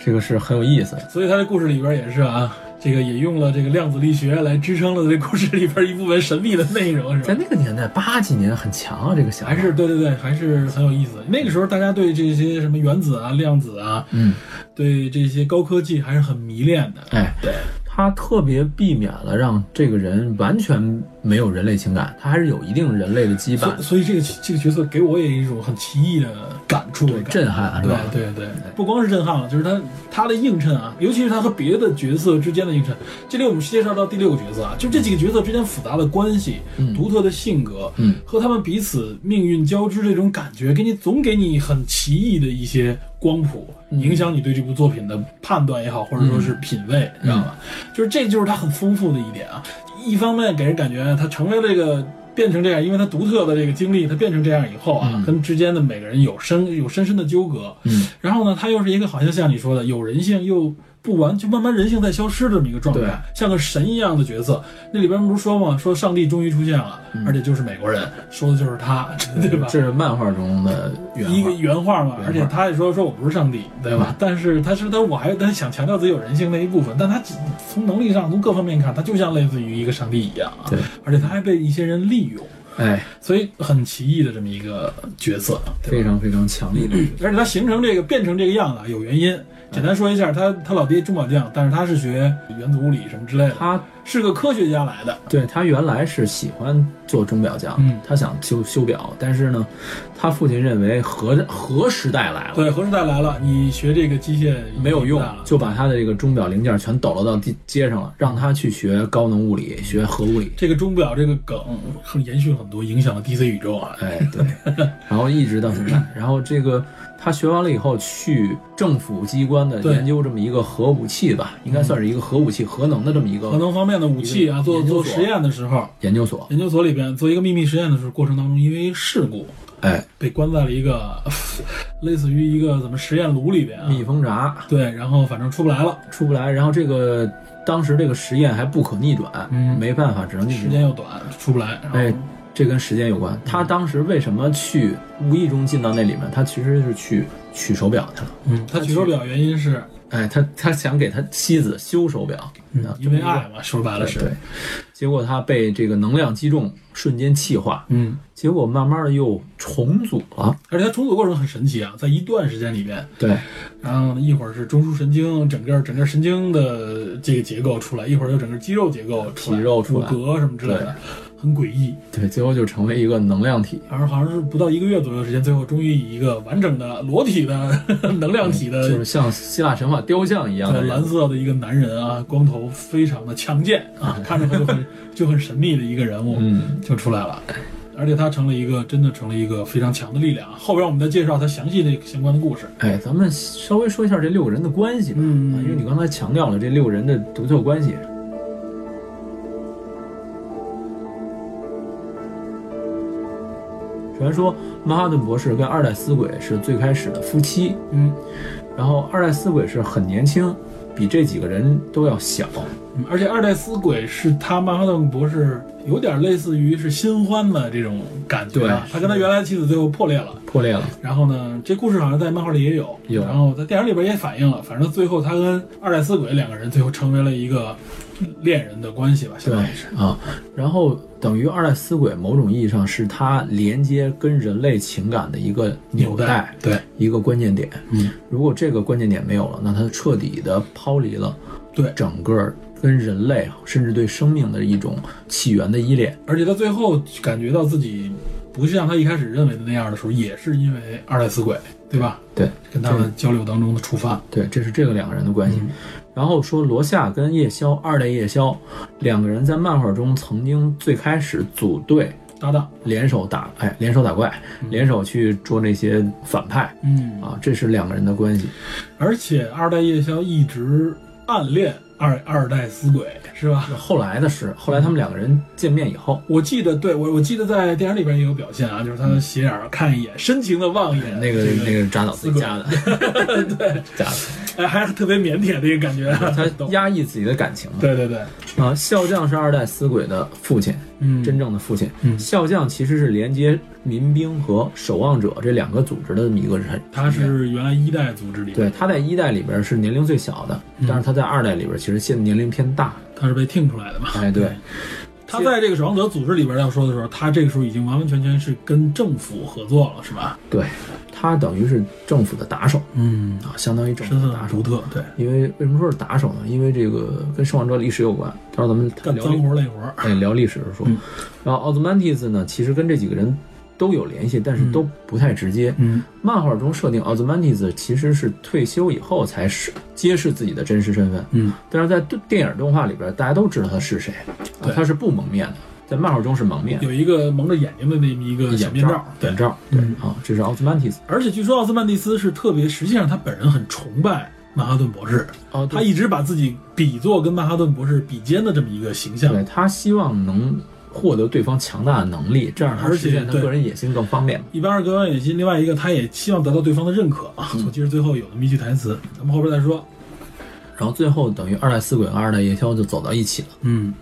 这个是很有意思。
所以他的故事里边也是啊，这个也用了这个量子力学来支撑了这故事里边一部分神秘的内容，是吧
在？那个年代，八几年很强啊，这个想法
还是对对对，还是很有意思。那个时候大家对这些什么原子啊、量子啊，
嗯，
对这些高科技还是很迷恋的。
哎，
对，
他特别避免了让这个人完全没有人类情感，他还是有一定人类的羁绊
所以，所以这个这个角色给我也一种很奇异的感触的感觉。
震撼，是吧？
对对对，不光是震撼了，就是他他的映衬啊，尤其是他和别的角色之间的映衬。这里我们介绍到第六个角色啊，就这几个角色之间复杂的关系、独特的性格，
嗯
和他们彼此命运交织这种感觉，给你总给你很奇异的一些光谱，
嗯
影响你对这部作品的判断也好，或者说是品味，你知道吧？
嗯
就是这就是它很丰富的一点啊。一方面给人感觉他成为了这个变成这样，因为他独特的这个经历，他变成这样以后啊，跟之间的每个人有深有深深的纠葛。
嗯，
然后呢，他又是一个好像像你说的有人性又。不完，就慢慢人性在消失的这么一个状
对
态，像个神一样的角色。那里边不是说嘛，说上帝终于出现了，而且就是美国人，说的就是他，嗯对吧？
这是漫画中的原
一个
画。
原话嗯嘛，而且他也说说我不是上帝，对吧？ 但是他是他我还他想强调自己有人性那一部分，但他只从能力上从各方面看，他就像类似于一个上帝一样啊
对，
而且他还被一些人利用，
哎，
所以很奇异的这么一个角色，对
非
吧？嗯
常非常强力的。
而且他形成这个变成这个样子啊，有原因。简单说一下，他他老爹中宝将，但是他是学原子物理什么之类的，
他
是个科学家来的，
对他原来是喜欢做钟表匠，
嗯
他想修修表，但是呢，他父亲认为和和时代来了。
对，何时代来了，你学这个机械
没有用
已经大了，
就把他的这个钟表零件全抖落到地街上了，让他去学高能物
嗯
理，学核物理。
这个钟表这个梗很延续了很多，影响了 DC 宇宙啊，
哎， 对，然后一直到现在，然后这个他学完了以后，去政府机关的
对嗯
研究这么一个核武器吧，应该算是一个核武器、核能的这么一
核
个
能方面的武器啊，
一个
做
研究
做
所
实验的时候，
研究所。
研究所里边做一个秘密实验的时候，过程当中因为事故
哎，
被关在了一个类似于一个怎么实验炉里边啊，
密封闸
对，然后反正出不来了，
出不来，然后这个当时这个实验还不可逆转，
嗯
没办法，只能
时
进行。
间又短，出不来，然后
哎，这跟时间有关。
嗯
他当时为什么去无意中进到那里面？他其实是去取手表去了。
嗯，他取手表原因是
哎，他他想给他妻子修手表，啊
嗯因为爱嘛，说白了是，
对，结果他被这个能量击中，瞬间气化，
嗯，
结果慢慢的又重组了。
而且它重组过程很神奇啊，在一段时间里边，
对，
然后呢一会儿是中枢神经整个整个神经的这个结构出来，一会儿又整个肌肉结构出来，
肌肉出
骨
来
骼什么之类的，很诡异。
对，最后就成为一个能量体，
反正好像是不到一个月左右的时间，最后终于以一个完整的裸体的 能量体的、
就是像希腊神话雕像一样的
呃蓝
人。
色的一个男人啊，光头非常的强健 啊，看着他就很就很神秘的一个人物，
嗯，
就出来了。而且他成了一个，真的成了一个非常强的力量。后边我们再介绍他详细的相关的故事。
哎，咱们稍微说一下这六个人的关系吧，
嗯
啊因为你刚才强调了这六个人的独特关系。首先说，曼哈顿博士跟二代死鬼是最开始的夫妻，
嗯，
然后二代死鬼是很年轻，比这几个人都要小。
嗯而且二代死鬼是他曼哈顿博士，有点类似于是新欢的这种感觉啊。
对
他跟他原来的妻子最后破裂了。
破裂了，
然后呢，这故事好像在漫画里也有，
有
然后在电影里边也反映了。反正最后他跟二代死鬼两个人最后成为了一个恋人的关系吧，相当于是。
啊，然后等于二代死鬼某种意义上是他连接跟人类情感的一个纽带，
对
一个关键点。
嗯，
如果这个关键点没有了，那他彻底的抛离了
对，
整个跟人类啊甚至对生命的一种起源的依恋。
而且他最后感觉到自己不像他一开始认为的那样的时候，也是因为二代死鬼，对吧？
对嗯
跟他们交流当中的触发，
对，这是这个两个人的关系。
嗯
然后说罗夏跟夜宵，二代夜宵两个人在漫画中曾经最开始组队
搭档，
联手打，哎，联手打怪，联手去捉那些反派
嗯，
啊，这是两个人的关系。
而且二代夜宵一直暗恋二二代死鬼，是吧？
后来的事，后来他们两个人见面以后，
我记得，对我我记得在电影里边也有表现啊，就是他斜眼儿看一眼，深情的望一眼
哎那个
这
那个扎导自己加的，
对，
加的，
哎，还特别腼腆的一个感觉。啊
他压抑自己的感情嘛。
对对对，
啊，笑匠是二代死鬼的父亲，
嗯
真正的父亲。
嗯
笑匠其实是连接民兵和守望者这两个组织的这么一个人。
他是原来一代组织里，
对，他在一代里边是年龄最小的，
嗯
但是他在二代里边其实现在年龄偏大。
他是被听出来的嘛。嗯
哎，对，
他在这个守望者组织里边要说的时候，他这个时候已经完完全全是跟政府合作了，是吧？
对，他等于是政府的打手
嗯，
啊，相当于政
身
府
份
的打
很
手
独。特，对，
因为为什么说是打手呢？因为这个跟《守望者》历史有关。到时候咱们
干
聊
脏活累活儿。
哎，聊历史的时候，
嗯
然后奥兹曼蒂斯呢，其实跟这几个人都有联系，但是都不太直接。
嗯，
漫画中设定啊奥兹曼蒂斯其实是退休以后才是揭示自己的真实身份，
嗯，
但是在对电影动画里边，大家都知道他是谁，啊
对
他是不蒙面的，在漫画中是蒙面，
有一个蒙着眼睛的那么一个小
眼
面罩
罩，，眼罩，对
嗯
啊，这是奥兹曼蒂斯。
而且据说奥斯曼蒂斯是特别，实际上他本人很崇拜曼哈顿博士，
哦，
他
对
一直把自己比作跟曼哈顿博士比肩的这么一个形象。
对他希望能获得对方强大的能力，这样他
而且
实现他
对
个人野心更方便。
一般是各方野心，另嗯外一个他也希望得到对方的认可啊。我记得最后有那么一句台词，咱们后边再说。
然后最后等于二代死鬼和二代夜宵就走到一起了，
嗯，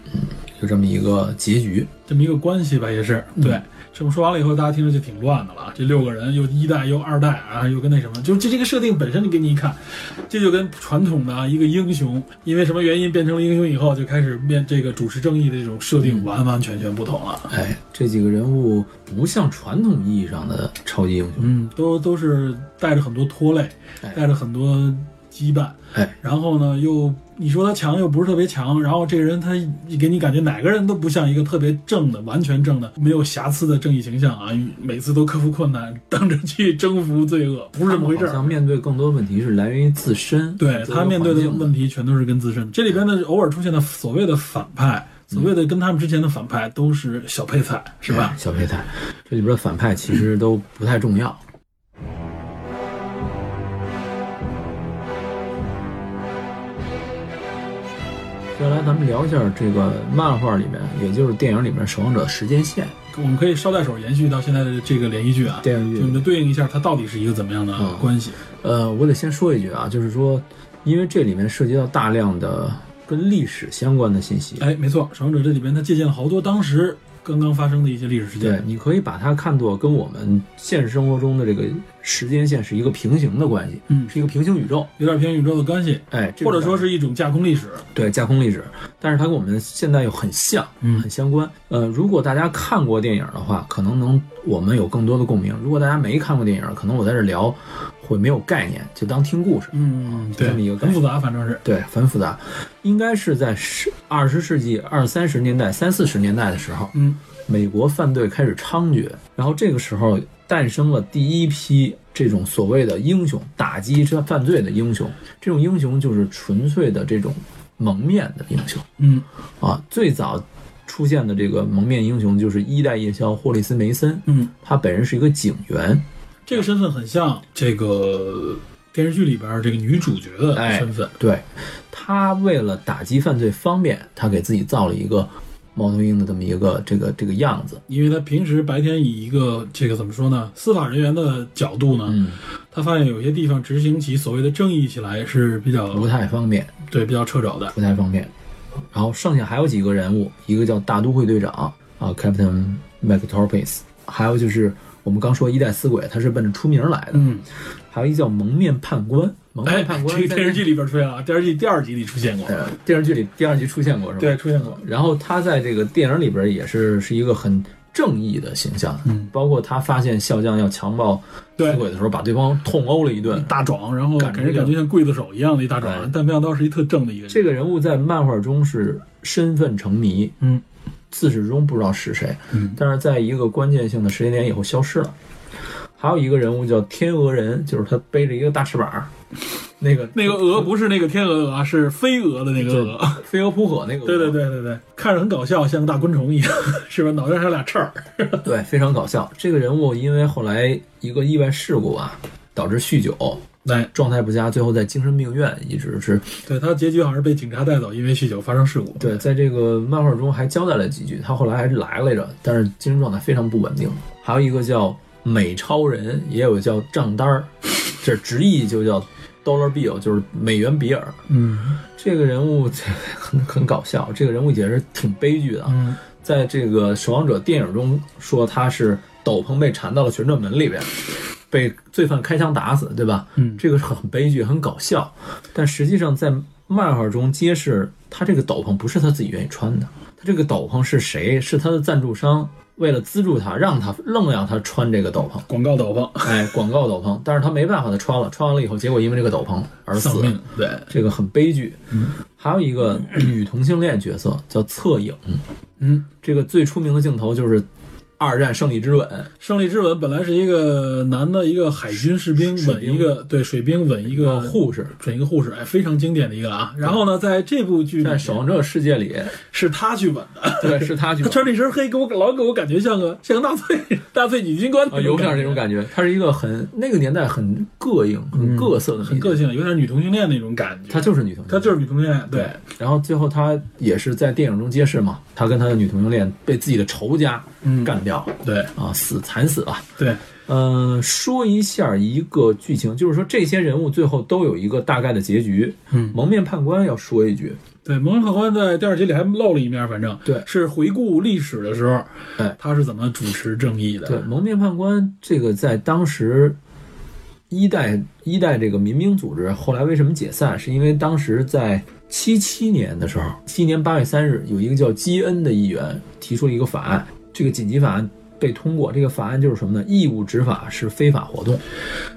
就这么一个结局。
这么一个关系吧，也是对。这么说完了以后，大家听着就挺乱的了啊。这六个人又一代又二代啊，又跟那什么，就这这个设定本身就给你一看，这就跟传统的啊一个英雄因为什么原因变成了英雄以后，就开始面这个主持正义的这种设定完完全全不同了。
哎，这几个人物不像传统意义上的超级英雄，
嗯，都都是带着很多拖累
哎，
带着很多羁绊，
哎，
然后呢又你说他强又不是特别强，然后这个人他给你感觉哪个人都不像一个特别正的、完全正的、没有瑕疵的正义形象啊，每次都克服困难，等着去征服罪恶，不是这么回事
好
儿
像。面对更多问题是来源于自身，
对
自身
他面对的
环境
问题全都是跟自身，这里边呢偶尔出现的所谓的反派，所谓的
嗯
跟他们之前的反派都是小配菜，是吧？
哎小配菜，这里边的反派其实都不太重要。接下来咱们聊一下这个漫画里面，也就是电影里面《守望者》的时间线。
我们可以捎带手延续到现在的这个连续剧啊，
电视剧
就你就对应一下它到底是一个怎么样的
嗯
关系。
呃，我得先说一句啊，就是说，因为这里面涉及到大量的跟历史相关的信息，
哎，没错，《守望者》这里边它借鉴了好多当时刚刚发生的一些历史事
对
件。，
你可以把它看作跟我们现实生活中的这个时间线是一个平行的关系，
嗯
是一个平行宇宙。
有点偏宇宙的关系，
哎，这个
或者说是一种架空历史。
对架空历史，但是它跟我们现在又很像，
嗯
很相关。呃，如果大家看过电影的话，可能能我们有更多的共鸣；如果大家没看过电影，可能我在这聊会没有概念，就当听故事。
嗯，对
这么一个，概
很
念
复杂，反正是。
对，很复杂，应该是在十二十世纪二三十年代、三四十年代的时候，
嗯，
美国犯罪开始猖獗，然后这个时候诞生了第一批这种所谓的英雄，打击这犯罪的英雄。这种英雄就是纯粹的这种蒙面的英雄
嗯，
啊。最早出现的这个蒙面英雄就是一代夜宵霍利斯梅森，
嗯，
他本人是一个警员，
这个身份很像这个电视剧里边这个女主角的
哎
身份。
对他为了打击犯罪方便，他给自己造了一个猫头鹰的这么一个这个这个样子。
因为他平时白天以一个这个怎么说呢，司法人员的角度呢，
嗯，
他发现有些地方执行起所谓的正义起来是比较
不太方便，
对比较掣肘的。
不太方便。然后剩下还有几个人物，一个叫大都会队长啊，Captain McTorpis，还有就是我们刚说一代死鬼，他是奔着出名来的，
嗯，
还有一叫蒙面判官，蒙
哎，
面判官
这个
在
电视剧里边出现了，电视剧第二集里出现过。
呃电视剧里第二集出现过是吧？
对，。出现过。
然后他在这个电影里边也是是一个很正义的形象，
嗯，
包括他发现笑匠要强暴
对
死鬼的时候，把对方痛殴了一顿，
大壮，然后
感
给人
觉
感觉像刽子手一样的一大
哎
壮，但没想到是一特正的一个人。
这个人物在漫画中是身份成谜，
嗯，
自始至终不知道是谁，
嗯
但是在一个关键性的时间点以后消失了。还有一个人物叫天鹅人，就是他背着一个大翅膀，那个
那个鹅不是那个天鹅鹅啊，是飞蛾的那个
对
鹅。
飞蛾扑火那个鹅，
对对对对对，看着很搞笑，像个大昆虫一样， 是吧？脑袋上有俩翅儿。
对，非常搞笑。这个人物因为后来一个意外事故啊，导致酗酒，
哎，
状态不佳，最后在精神病院一直是
对他结局好像是被警察带走，因为酗酒发生事故。
对，在这个漫画中还交代了几句，他后来还是来来着，但是精神状态非常不稳定。还有一个叫美超人，也有叫账单儿，这直译就叫 Dollar Bill，就是美元比尔。
嗯
这个人物 很很搞笑，这个人物也是挺悲剧的啊。
嗯，
在这个《守望者》电影中说他是斗篷被缠到了旋转门里边，被罪犯开枪打死，对吧？
嗯
这个是很悲剧、很搞笑，但实际上在漫画中揭示他这个斗篷不是他自己愿意穿的，他这个斗篷是谁？是他的赞助商为了资助他，让他愣让他穿这个斗篷。
广告斗篷，
哎，广告斗篷，但是他没办法，他穿了，穿完了以后，结果因为这个斗篷而死
丧命。对，
这个很悲剧。还有一个女同性恋角色叫侧影，
嗯，
这个最出名的镜头就是二战胜利之吻，
胜利之吻本来是一个男的，一个海军士兵
水哦
吻一个对水兵吻一个
护士
吻一个护士，哎，非常经典的一个啊。然后呢，在这部剧里
在《
面
守望者》世界里，
是他去吻的。
对，是 他去
他穿这身黑，给我老给我感觉像个像个纳 粹纳粹女军官
啊，有点这种
觉，
感觉。他是一个很那个年代很膈应、
嗯
很各色的
很
女
个
性，
性，有点女同性恋那种感觉。
她就是女同性
她
恋。
就是女同性恋，对，
然后最后他也是在电影中揭示嘛，他跟他的女同性恋被自己的仇家
嗯
干掉
对
啊，死惨死吧。
对，
嗯、说一下一个剧情，就是说这些人物最后都有一个大概的结局。
嗯
蒙面判官要说一句，
对，蒙恩客官在第二集里还露了一面，反正
对
是回顾历史的时候，
哎
他是怎么主持正义的？
对，蒙面判官这个在当时一代一代这个民兵组织后来为什么解散，是因为当时在七七年的时候，七年八月三日有一个叫基恩的议员提出了一个法案，这个紧急法案被通过，这个法案就是什么呢？义务执法是非法活动。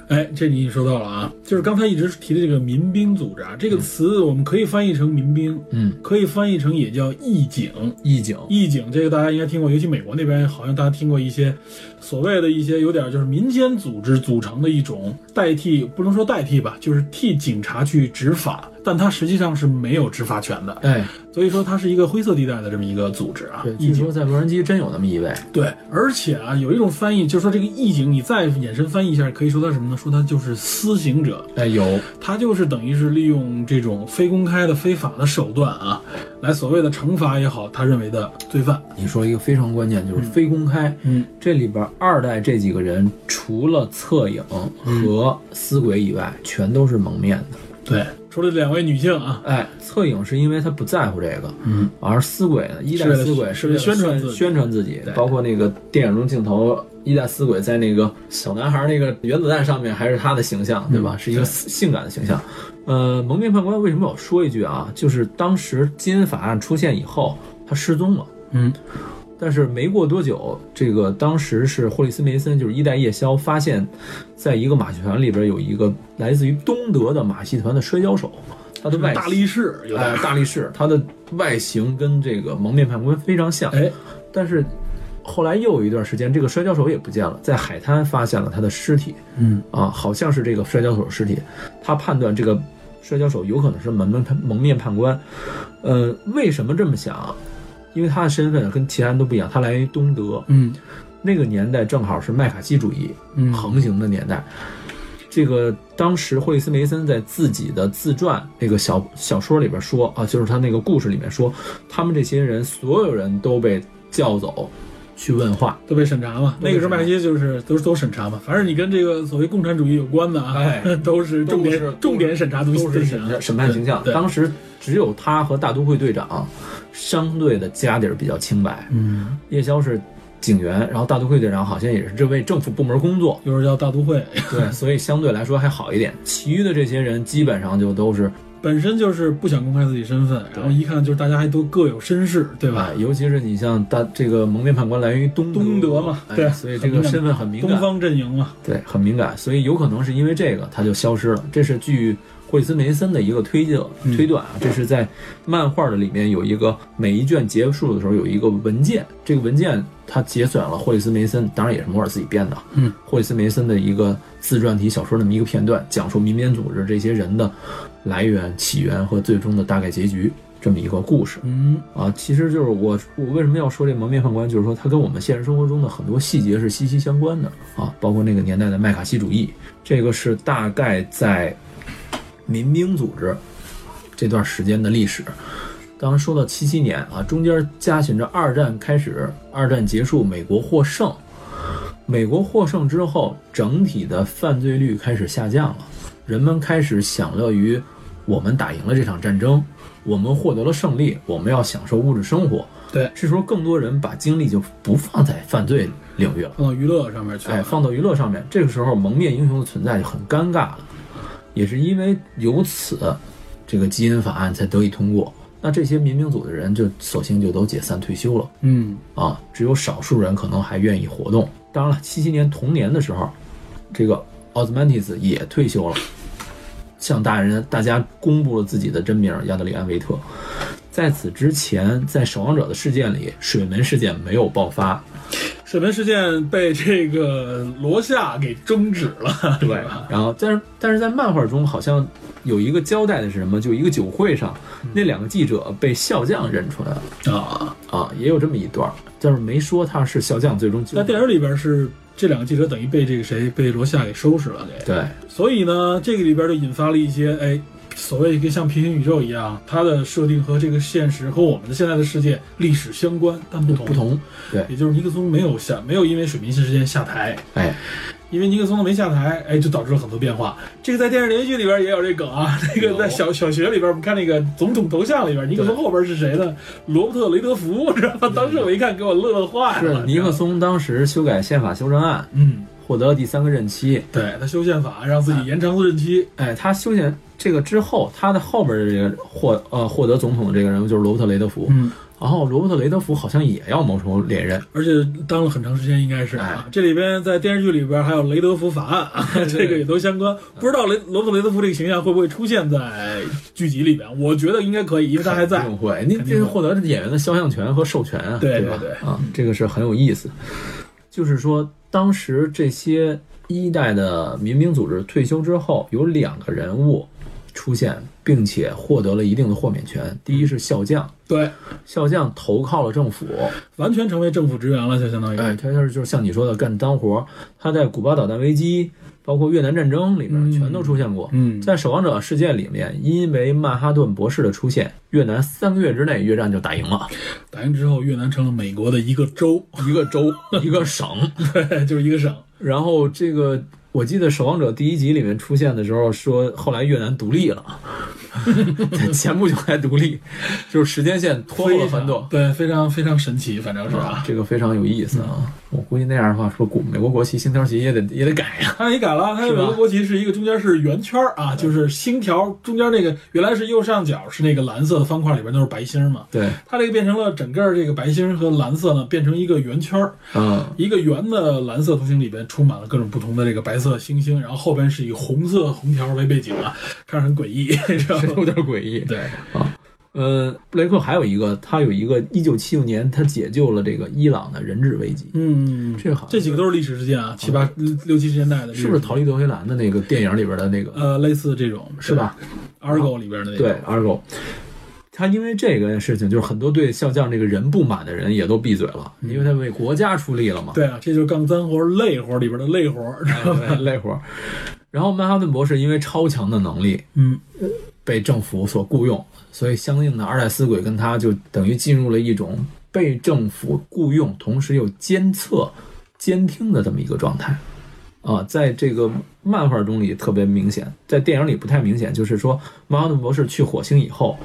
哎，这你说到了啊，就是刚才一直提的这个民兵组织啊，这个词我们可以翻译成民兵，
嗯，
可以翻译成也叫义警。
义警
义警这个大家应该听过，尤其美国那边好像大家听过一些所谓的一些有点就是民间组织组成的一种代替，不能说代替吧，就是替警察去执法，但它实际上是没有执法权的，
哎，
所以说它是一个灰色地带的这么一个组织啊
对，。据
义警
说在洛杉矶真有那么一位，
对，而且啊，有一种翻译就是说这个义警，你再衍生翻译一下，可以说它什么呢？说它就是私刑者。
哎，有，
他就是等于是利用这种非公开的非法的手段啊，来所谓的惩罚也好，他认为的罪犯。
你说一个非常关键，就是非公开。
嗯，
这里边二代这几个人，除了侧影
嗯
和死鬼以外，全都是蒙面的。
对，除了这两位女性啊，
哎，侧影是因为他不在乎这个，
嗯，
而死鬼呢，一代
是为了
死鬼
是
为
为
了
了
宣
宣传自己
宣传自己
对，
包括那个电影中镜头，一代死鬼在那个小男孩那个原子弹上面，还是他的形
嗯
象，对吧？是一个性感的形象。呃，蒙面判官为什么我说一句啊？就是当时基恩法案出现以后，他失踪了。
嗯，
但是没过多久，这个当时是霍利斯梅森，就是一代夜枭，发现，在一个马戏团里边有一个来自于东德的马戏团的摔跤手，他的外
大力士有
嗯哎
点，
大力士，他的外形跟这个蒙面判官非常像。
哎，
但是后来又有一段时间，这个摔跤手也不见了，在海滩发现了他的尸体
嗯，
啊，好像是这个摔跤手的尸体。他判断这个摔跤手有可能是蒙面判蒙面判官。呃，为什么这么想？因为他的身份跟其他人都不一样，他来源于东德，
嗯
那个年代正好是麦卡锡主义
嗯，
横行的年代。这个当时霍利斯梅森在自己的自传那个小小说里边说啊，就是他那个故事里面说，他们这些人所有人都被叫走去问话，
都被审查嘛。那个时候麦基就是都都审查嘛，凡是你跟这个所谓共产主义有关的啊，
哎
都是重
都是
点重点审查东西，
都是审判审判形象。
啊对，对
当时只有他和大都会队长相对的家底儿比较清白，
嗯，
夜宵是警员，然后大都会队长好像也是这为政府部门工 作，
又是叫大都会，
对，所以相对来说还好一点。其余的这些人基本上就都是
本身就是不想公开自己身份，然后一看就是大家还都各有身世，对吧
哎？尤其是你像大这个蒙面判官来源于东
东德嘛
哎
对
所以这个身份很敏
东
感，
方阵营嘛，
对，很敏感，所以有可能是因为这个他就消失了。这是据霍里斯梅森的一个推测
嗯
推断啊，这是在漫画的里面有一个每一卷结束的时候有一个文件，这个文件它节选了霍里斯梅森，当然也是摩尔自己编的，
嗯，
霍里斯梅森的一个自传体小说那么一个片段，讲述民间组织这些人的来源、起源和最终的大概结局这么一个故事。
嗯，
啊，其实就是我我为什么要说这蒙面判官，就是说它跟我们现实生活中的很多细节是息息相关的啊，包括那个年代的麦卡锡主义，这个是大概在民兵组织这段时间的历史。刚刚说到七七年啊，中间加循着二战开始，二战结束，美国获胜，美国获胜之后，整体的犯罪率开始下降了，人们开始享乐于我们打赢了这场战争，我们获得了胜利，我们要享受物质生活。
对
这时候更多人把精力就不放在犯罪领域了，
放到娱乐上面去了，
哎，放到娱乐上面。这个时候，蒙面英雄的存在就很尴尬了，也是因为由此，这个基因法案才得以通过。那这些民兵组的人就索性就都解散退休了。
嗯，
啊，只有少数人可能还愿意活动。当然了，七七年同年的时候，这个奥斯曼蒂斯也退休了，向大人大家公布了自己的真名亚德里安·维特。在此之前，在《守望者》的事件里，水门事件没有爆发，
水门事件被这个罗夏给终止了，
对
吧？
吧？然后，但是但是在漫画中好像有一个交代的是什么？就一个酒会上，那两个记者被笑匠认出来了
啊，
啊，也有这么一段儿，但是没说他是笑匠最终
在电影里边是这两个记者等于被这个谁被罗夏给收拾了，给，
对
所以呢，这个里边就引发了一些哎所谓一个像平行宇宙一样，它的设定和这个现实和我们的现在的世界历史相关，但不同。
不，同，对，
也就是尼克松没有下，没有因为水平线事件下台，
哎，
因为尼克松没下台，哎，就导致了很多变化。这个在电视连续剧里边也有这梗啊，那个在小小学里边，我们看那个总统头像里边，尼克松后边是谁呢？罗伯特雷德福， 知道吗？当时我一看，给我乐坏
是
了。
尼克，松当时修改宪法修正案
嗯，
获得了第三个任期，
对他修宪法，让自己延长任期，
哎，他修宪这个之后，他的后边的这个获呃获得总统的这个人物就是罗伯特雷德福，
嗯，
然后罗伯特雷德福好像也要谋求连任，
而且当了很长时间，应该是啊。
哎
这里边在电视剧里边还有雷德福法案 啊，这个也都相关。不知道雷罗伯特雷德福这个形象会不会出现在剧集里边？我觉得应该可以，因为他还在
肯。定会，你
肯定
这
会
获得演员的肖像权和授权啊，
对
吧？
对对
啊，这个是很有意思。就是说，当时这些一代的民兵组织退休之后，有两个人物出现，并且获得了一定的豁免权。第一是笑匠，
对，
笑匠投靠了政府，
完全成为政府职员了，就相当于。
哎，他就是就是像你说的干脏活儿，他在古巴导弹危机，包括越南战争里面
嗯
全都出现过。
嗯
在《守望者世界》里面，因为曼哈顿博士的出现，越南三个月之内越战就打赢了，
打赢之后，越南成了美国的一个州，
一个州 一个省。
对，就是一个省。
然后这个我记得《守望者》第一集里面出现的时候，说后来越南独立 了，前不久才独立，就是时间线拖后了很多。
对，非常非常神奇，反正是嗯啊。
这个非常有意思啊！我估计那样的话，说古美国国旗星条旗也得也得改啊 呀、
它也改了，它
是
美
吧
国国旗是一个中间是圆圈儿啊，就是星条中间那个原来是右上角是那个蓝色的方块，里边都是白星儿嘛。
对，
它这个变成了整个这个白星和蓝色呢，变成一个圆圈儿，
嗯，
一个圆的蓝色图形里边充满了各种不同的这个白色星星，然后后边是以红色红条为背景啊，看着很诡异， 知道
这
吗？
有点诡异。
对，
呃，布雷克还有一个，他有一个一九七六年，他解救了这个伊朗的人质危机，
嗯，
这个好像
这几个都是历史事件啊，七八六六七十年代的历史，
是不是《逃离德黑兰》的那个电影里边的那个，
呃，类似这种
是吧？嗯
？Argo 里边的那
对
个，，
二狗。他因为这个事情，就是很多对笑匠这个人不满的人也都闭嘴了，
嗯
因为他为国家出力了嘛，
对啊，这就是干脏活累活里边的累活，知
啊
道吗？
累活儿。然后曼哈顿博士因为超强的能力
嗯，
被政府所雇佣，所以相应的二代死鬼跟他就等于进入了一种被政府雇佣，同时又监测、监听的这么一个状态。啊，在这个漫画中里特别明显，在电影里不太明显。就是说，马尔顿博士去火星以后，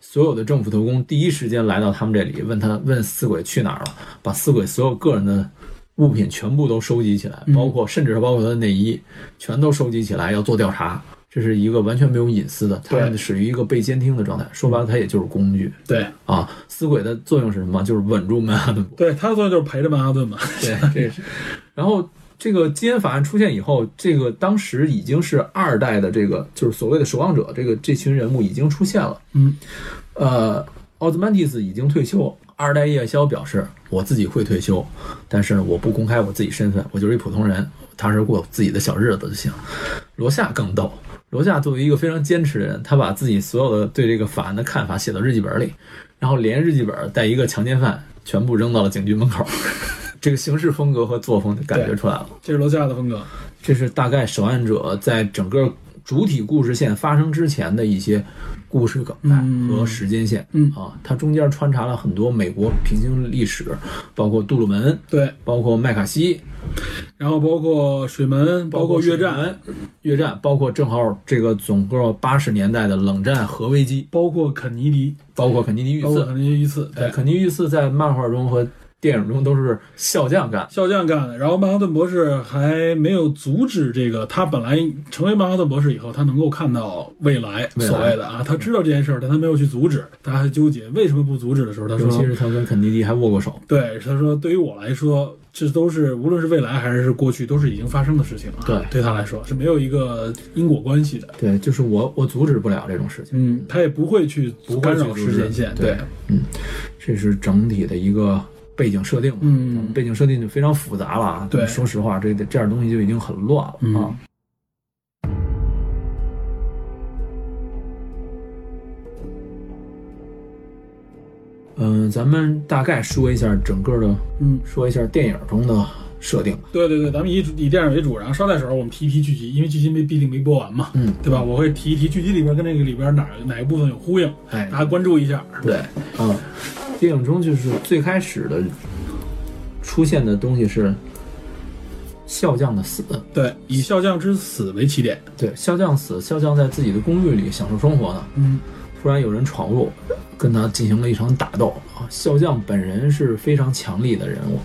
所有的政府特工第一时间来到他们这里，问他问死鬼去哪儿了，把死鬼所有个人的物品全部都收集起来，包括甚至是包括他的内衣，全都收集起来要做调查。这是一个完全没有隐私的，他
对
属于一个被监听的状态。说白了，他也就是工具
对
啊。死鬼的作用是什么？就是稳住曼哈顿博士
对，他的作用就是陪着曼哈顿嘛。
对， 这是。然后这个基因法案出现以后，这个当时已经是二代的这个就是所谓的守望者，这个这群人物已经出现了。
嗯，
呃，奥兹曼蒂斯已经退休。二代夜宵表示，我自己会退休，但是呢，我不公开我自己身份，我就是一普通人，踏实过自己的小日子就行。罗夏更逗，罗夏作为一个非常坚持的人，他把自己所有的对这个法案的看法写到日记本里，然后连日记本带一个强奸犯全部扔到了警局门口。 这个行事风格和作风就感觉出来了。
这是楼下的风格，
这是大概《守望者》在整个主体故事线发生之前的一些故事梗概
嗯
和时间线。
嗯
啊，它中间穿插了很多美国平行历史，包括杜鲁门，
对。
包括麦卡锡，
然后包括水门，包括越
水
战，
门、越战，包括正好这个整个八十年代的冷战核危机，
包括肯尼迪，
包括肯尼迪遇
包括
刺。
肯尼迪遇刺，
对，
对，
肯尼迪遇刺在漫画中和电影中都是笑匠干。
笑匠干的。然后曼哈顿博士还没有阻止这个，他本来成为曼哈顿博士以后，他能够看到未来，
未来
所谓的啊，他知道这件事儿，但他没有去阻止，他还纠结为什么不阻止的时候，他
尤其
说，
是他跟肯尼迪还握过手，
对，他说对于我来说，这都是无论是未来还是过去，都是已经发生的事情了。
对
对他来说是没有一个因果关系的。
对，就是我我阻止不了这种事情。
嗯，他也不会去
不
干
会去
扰
阻
时
止
间线，
对这是整体的一个背景设定嘛。
嗯
背景设定就非常复杂了啊。
对
说实话，这这样东西就已经很乱了啊
嗯。
嗯，咱们大概说一下整个的，
嗯
说一下电影中的设定吧。
对对对，咱们以以电影为主，然后捎带手我们提一提剧集，因为剧集没毕竟没播完嘛，
嗯，
对吧？我会提一提剧集里边跟那个里边哪哪一部分有呼应，
哎
大家关注一下。
对，嗯，电影中就是最开始的出现的东西是笑匠的死，
对，以笑匠之死为起点，
对，笑匠死，笑匠在自己的公寓里享受生活呢，
嗯，
突然有人闯入，跟他进行了一场打斗啊。笑匠本人是非常强力的人物，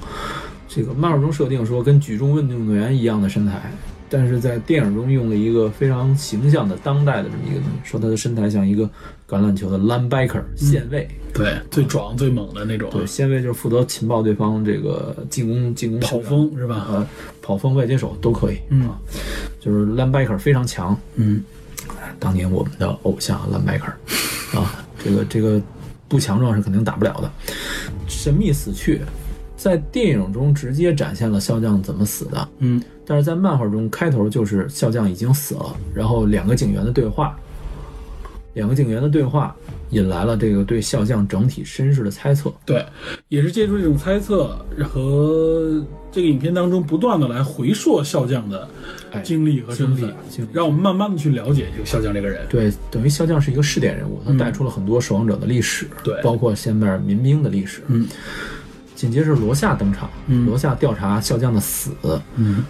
这个漫画中设定说跟举重运动员一样的身材，但是在电影中用了一个非常形象的当代的这么一个东西，说他的身材像一个橄榄球的 linebacker 线卫。
对，最壮最猛的那种，
对，先卫就是负责情报对方这个进攻进攻
跑
手段，
风是吧？
呃，跑锋、外接手都可以，
嗯
就是 linebacker 非常强，
嗯，
当年我们的偶像 linebacker 啊，这个这个不强壮是肯定打不了的。神秘死去，在电影中直接展现了笑匠怎么死的，
嗯，
但是在漫画中开头就是笑匠已经死了，然后两个警员的对话，两个警员的对话引来了这个对笑匠整体身世的猜测。
对，也是借助这种猜测和这个影片当中不断的来回溯笑匠的
哎
经历和身
经
份
历经历，
让我们慢慢的去了解这个笑匠这个人。
对，等于笑匠是一个试点人物，他
嗯
带出了很多守望者的历史，
对
包括现在民兵的历史。
嗯，
紧接着罗夏登场，
嗯
罗夏调查笑匠的死，
嗯，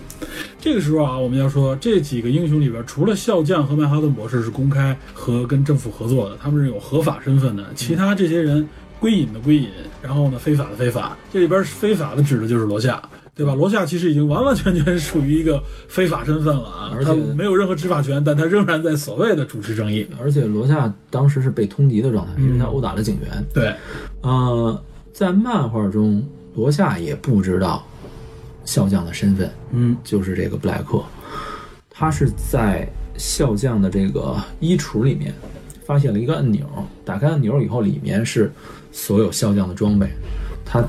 这个时候啊，我们要说这几个英雄里边，除了笑匠和曼哈顿博士是公开和跟政府合作的，他们是有合法身份的，其他这些人归隐的归隐，然后呢非法的非法，这里边非法的指的就是罗夏。对吧？罗夏其实已经完完全全属于一个非法身份了啊，
而且
他没有任何执法权，但他仍然在所谓的主持正义。
而且罗夏当时是被通缉的状态，因为他
嗯
殴打了警员。
对，
呃，在漫画中，罗夏也不知道笑匠的身份，
嗯
就是这个布莱克，他是在笑匠的这个衣橱里面发现了一个按钮，打开按钮以后，里面是所有笑匠的装备，他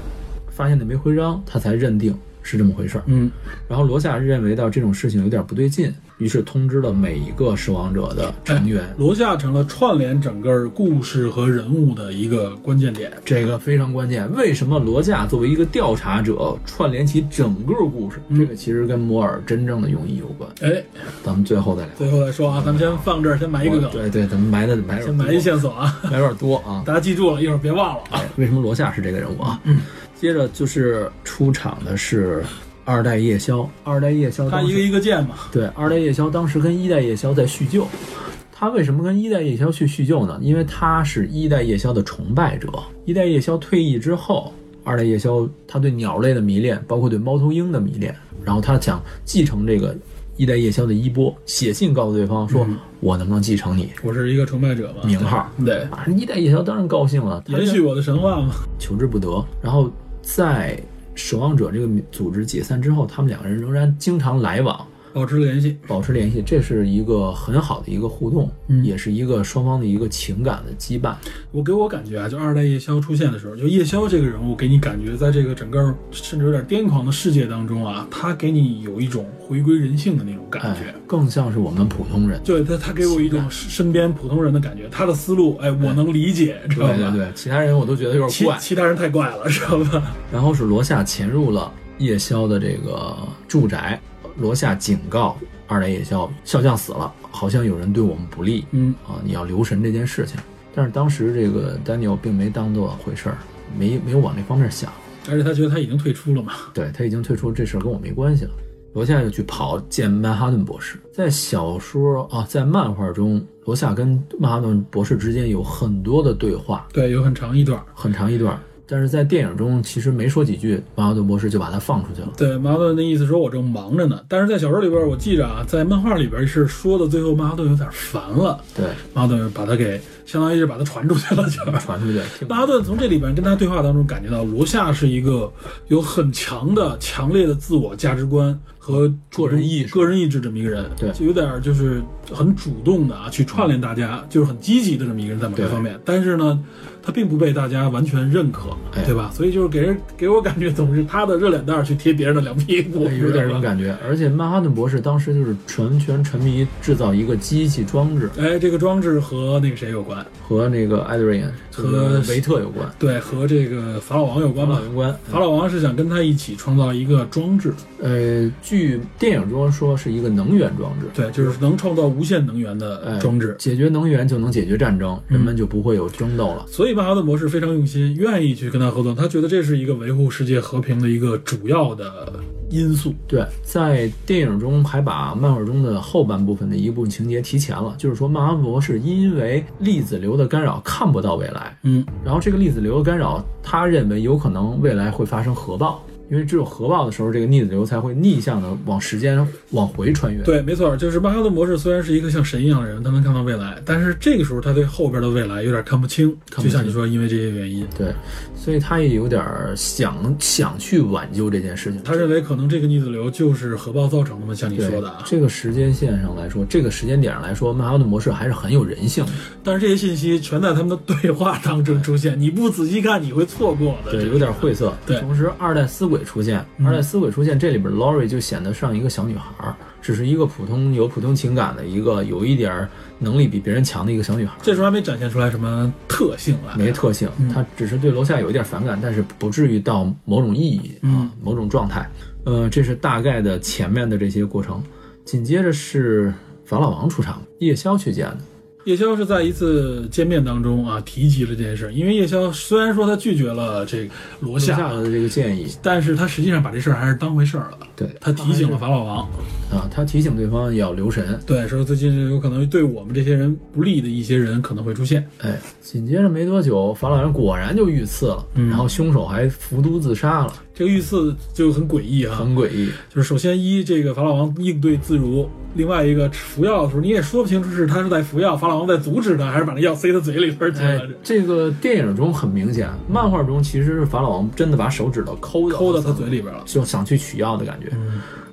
发现那枚徽章，他才认定是这么回事儿。
嗯，
然后罗夏认为到这种事情有点不对劲，于是通知了每一个守望者的成员。
罗夏成了串联整个故事和人物的一个关键点。
这个非常关键，为什么罗夏作为一个调查者串联起整个故事？这个其实跟摩尔真正的用意有关，
哎，
咱们最后再聊。
最后再说啊，咱们先放这儿，先埋一个梗，
对对，咱们埋的埋
先埋一
些，
线索啊，
埋有点多啊。
大家记住了，一会儿别忘了啊。
为什么罗夏是这个人物啊？接着就是出场的是二代夜宵，二代夜宵
他
当
一
时
个一个见嘛，
对二代夜宵当时跟一代夜宵在叙旧。他为什么跟一代夜宵去叙旧呢？因为他是一代夜宵的崇拜者。一代夜宵退役之后，二代夜宵他对鸟类的迷恋，包括对猫头鹰的迷恋，然后他想继承这个一代夜宵的衣钵，写信告诉对方说：“我能不能继承你
我是一个崇拜者嘛，
名号？”
对，
啊，一代夜宵当然高兴了，他
延续我的神话嘛，
求之不得。然后在守望者这个组织解散之后，他们两个人仍然经常来往，
保持联系。
保持联系，这是一个很好的一个互动，
嗯
也是一个双方的一个情感的羁绊。
我给我感觉啊，就二代夜宵出现的时候，就夜宵这个人物给你感觉，在这个整个甚至有点癫狂的世界当中啊，他给你有一种回归人性的那种感觉。
哎，更像是我们普通人。
对他，他给我一种身边普通人的感觉，他的思路，哎，我能理解，知道
对对
吧？
对，其他人我都觉得有
其
点怪。
其他人太怪了，知道吧？
然后是罗夏潜入了夜宵的这个住宅，罗夏警告二代夜宵，笑匠死了，好像有人对我们不利，
嗯，
啊，你要留神这件事情。但是当时这个丹尼尔并没当做回事儿，没没有往那方面想。
而且他觉得他已经退出了嘛，
对他已经退出，这事儿跟我没关系了。罗夏又去跑见曼哈顿博士，在小说啊，在漫画中，罗夏跟曼哈顿博士之间有很多的对话，
对，有很长一段。
很长一段。但是在电影中，其实没说几句，曼哈顿博士就把他放出去了。
对，马哈顿的意思说我正忙着呢，但是在小说里边，我记着啊，在漫画里边是说的，最后曼哈顿有点烦了，
对，
马哈顿把他给相当于是把他传出去了，就是。
传出去。
曼哈顿从这里边跟他对话当中感觉到，罗夏是一个有很强的、强烈的自我价值观和
个人意识
个人意志这么一个人，
对
就有点就是很主动的啊，去串联大家，就是很积极的这么一个人在某一
对
方面，但是呢，他并不被大家完全认可，
哎
对吧？所以就是给人给我感觉总是他的热脸蛋儿去贴别人的凉屁股，
哎有点这种
觉。
感觉。而且曼哈顿博士当时就是完全沉迷于制造一个机器装置，
哎，这个装置和那个谁有关，
和那个艾德瑞安
和
维特有关，啊
对，和这个法老王有关吧。
有关。
法老王是想跟他一起创造一个装置，
呃，据电影中说是一个能源装置，
对，就是能创造无限能源的
哎
装置。嗯
解决能源就能解决战争，人们就不会有争斗了。
所以曼哈顿博士非常用心，愿意去跟他合作，他觉得这是一个维护世界和平的一个主要的因素。
对，在电影中还把漫画中的后半部分的一部分情节提前了，就是说曼哈顿博士因为粒子流的干扰看不到未来，
嗯，
然后这个粒子流的干扰，他认为有可能未来会发生核爆，因为只有核爆的时候，这个粒子流才会逆向的往时间往回穿越。，
对，没错，就是曼哈顿博士虽然是一个像神一样的人，他能看到未来，但是这个时候他对后边的未来有点看不清，
看不
就
清
像你说，因为这些原因，
对，所以他也有点儿想想去挽救这件事情。
他认为可能这个逆子流就是核爆造成的嘛，像你
对
说的啊。
这个时间线上来说，这个时间点上来说，曼哈顿模式还是很有人性的。
但是这些信息全在他们的对话当中出现，你不仔细看你会错过的。
对，有点晦涩。
对
同时二代死鬼出现，
嗯
二代死鬼出现，这里边 Lori 就显得像一个小女孩儿，只是一个普通有普通情感的一个有一点儿能力比别人强的一个小女孩儿，
这时候还没展现出来什么特性来。
没特性
嗯，
她只是对楼下有一点反感，但是不至于到某种意义
嗯
啊，某种状态。呃，这是大概的前面的这些过程。紧接着是法老王出场，夜宵去见的。
夜宵是在一次见面当中啊提及了这件事，因为夜宵虽然说他拒绝了这个罗
楼
夏，
下的这个建议，
但是他实际上把这事儿还是当回事儿了。
对
他提醒了法老王，
啊，他提醒对方要留神。
对，说最近有可能对我们这些人不利的一些人可能会出现。
哎，紧接着没多久，法老人果然就遇刺了，
嗯
然后凶手还服毒自杀了，
这个遇刺就很诡异哈、
很诡异。
就是首先一，这个法老王应对自如；另外一个服药的时候，你也说不清楚是他是在服药，法老王在阻止他，还是把那药塞他嘴里边去
哎
了。，
这个电影中很明显，漫画中其实是法老王真的把手指头抠到
抠到他嘴里边了
就想去取药的感觉。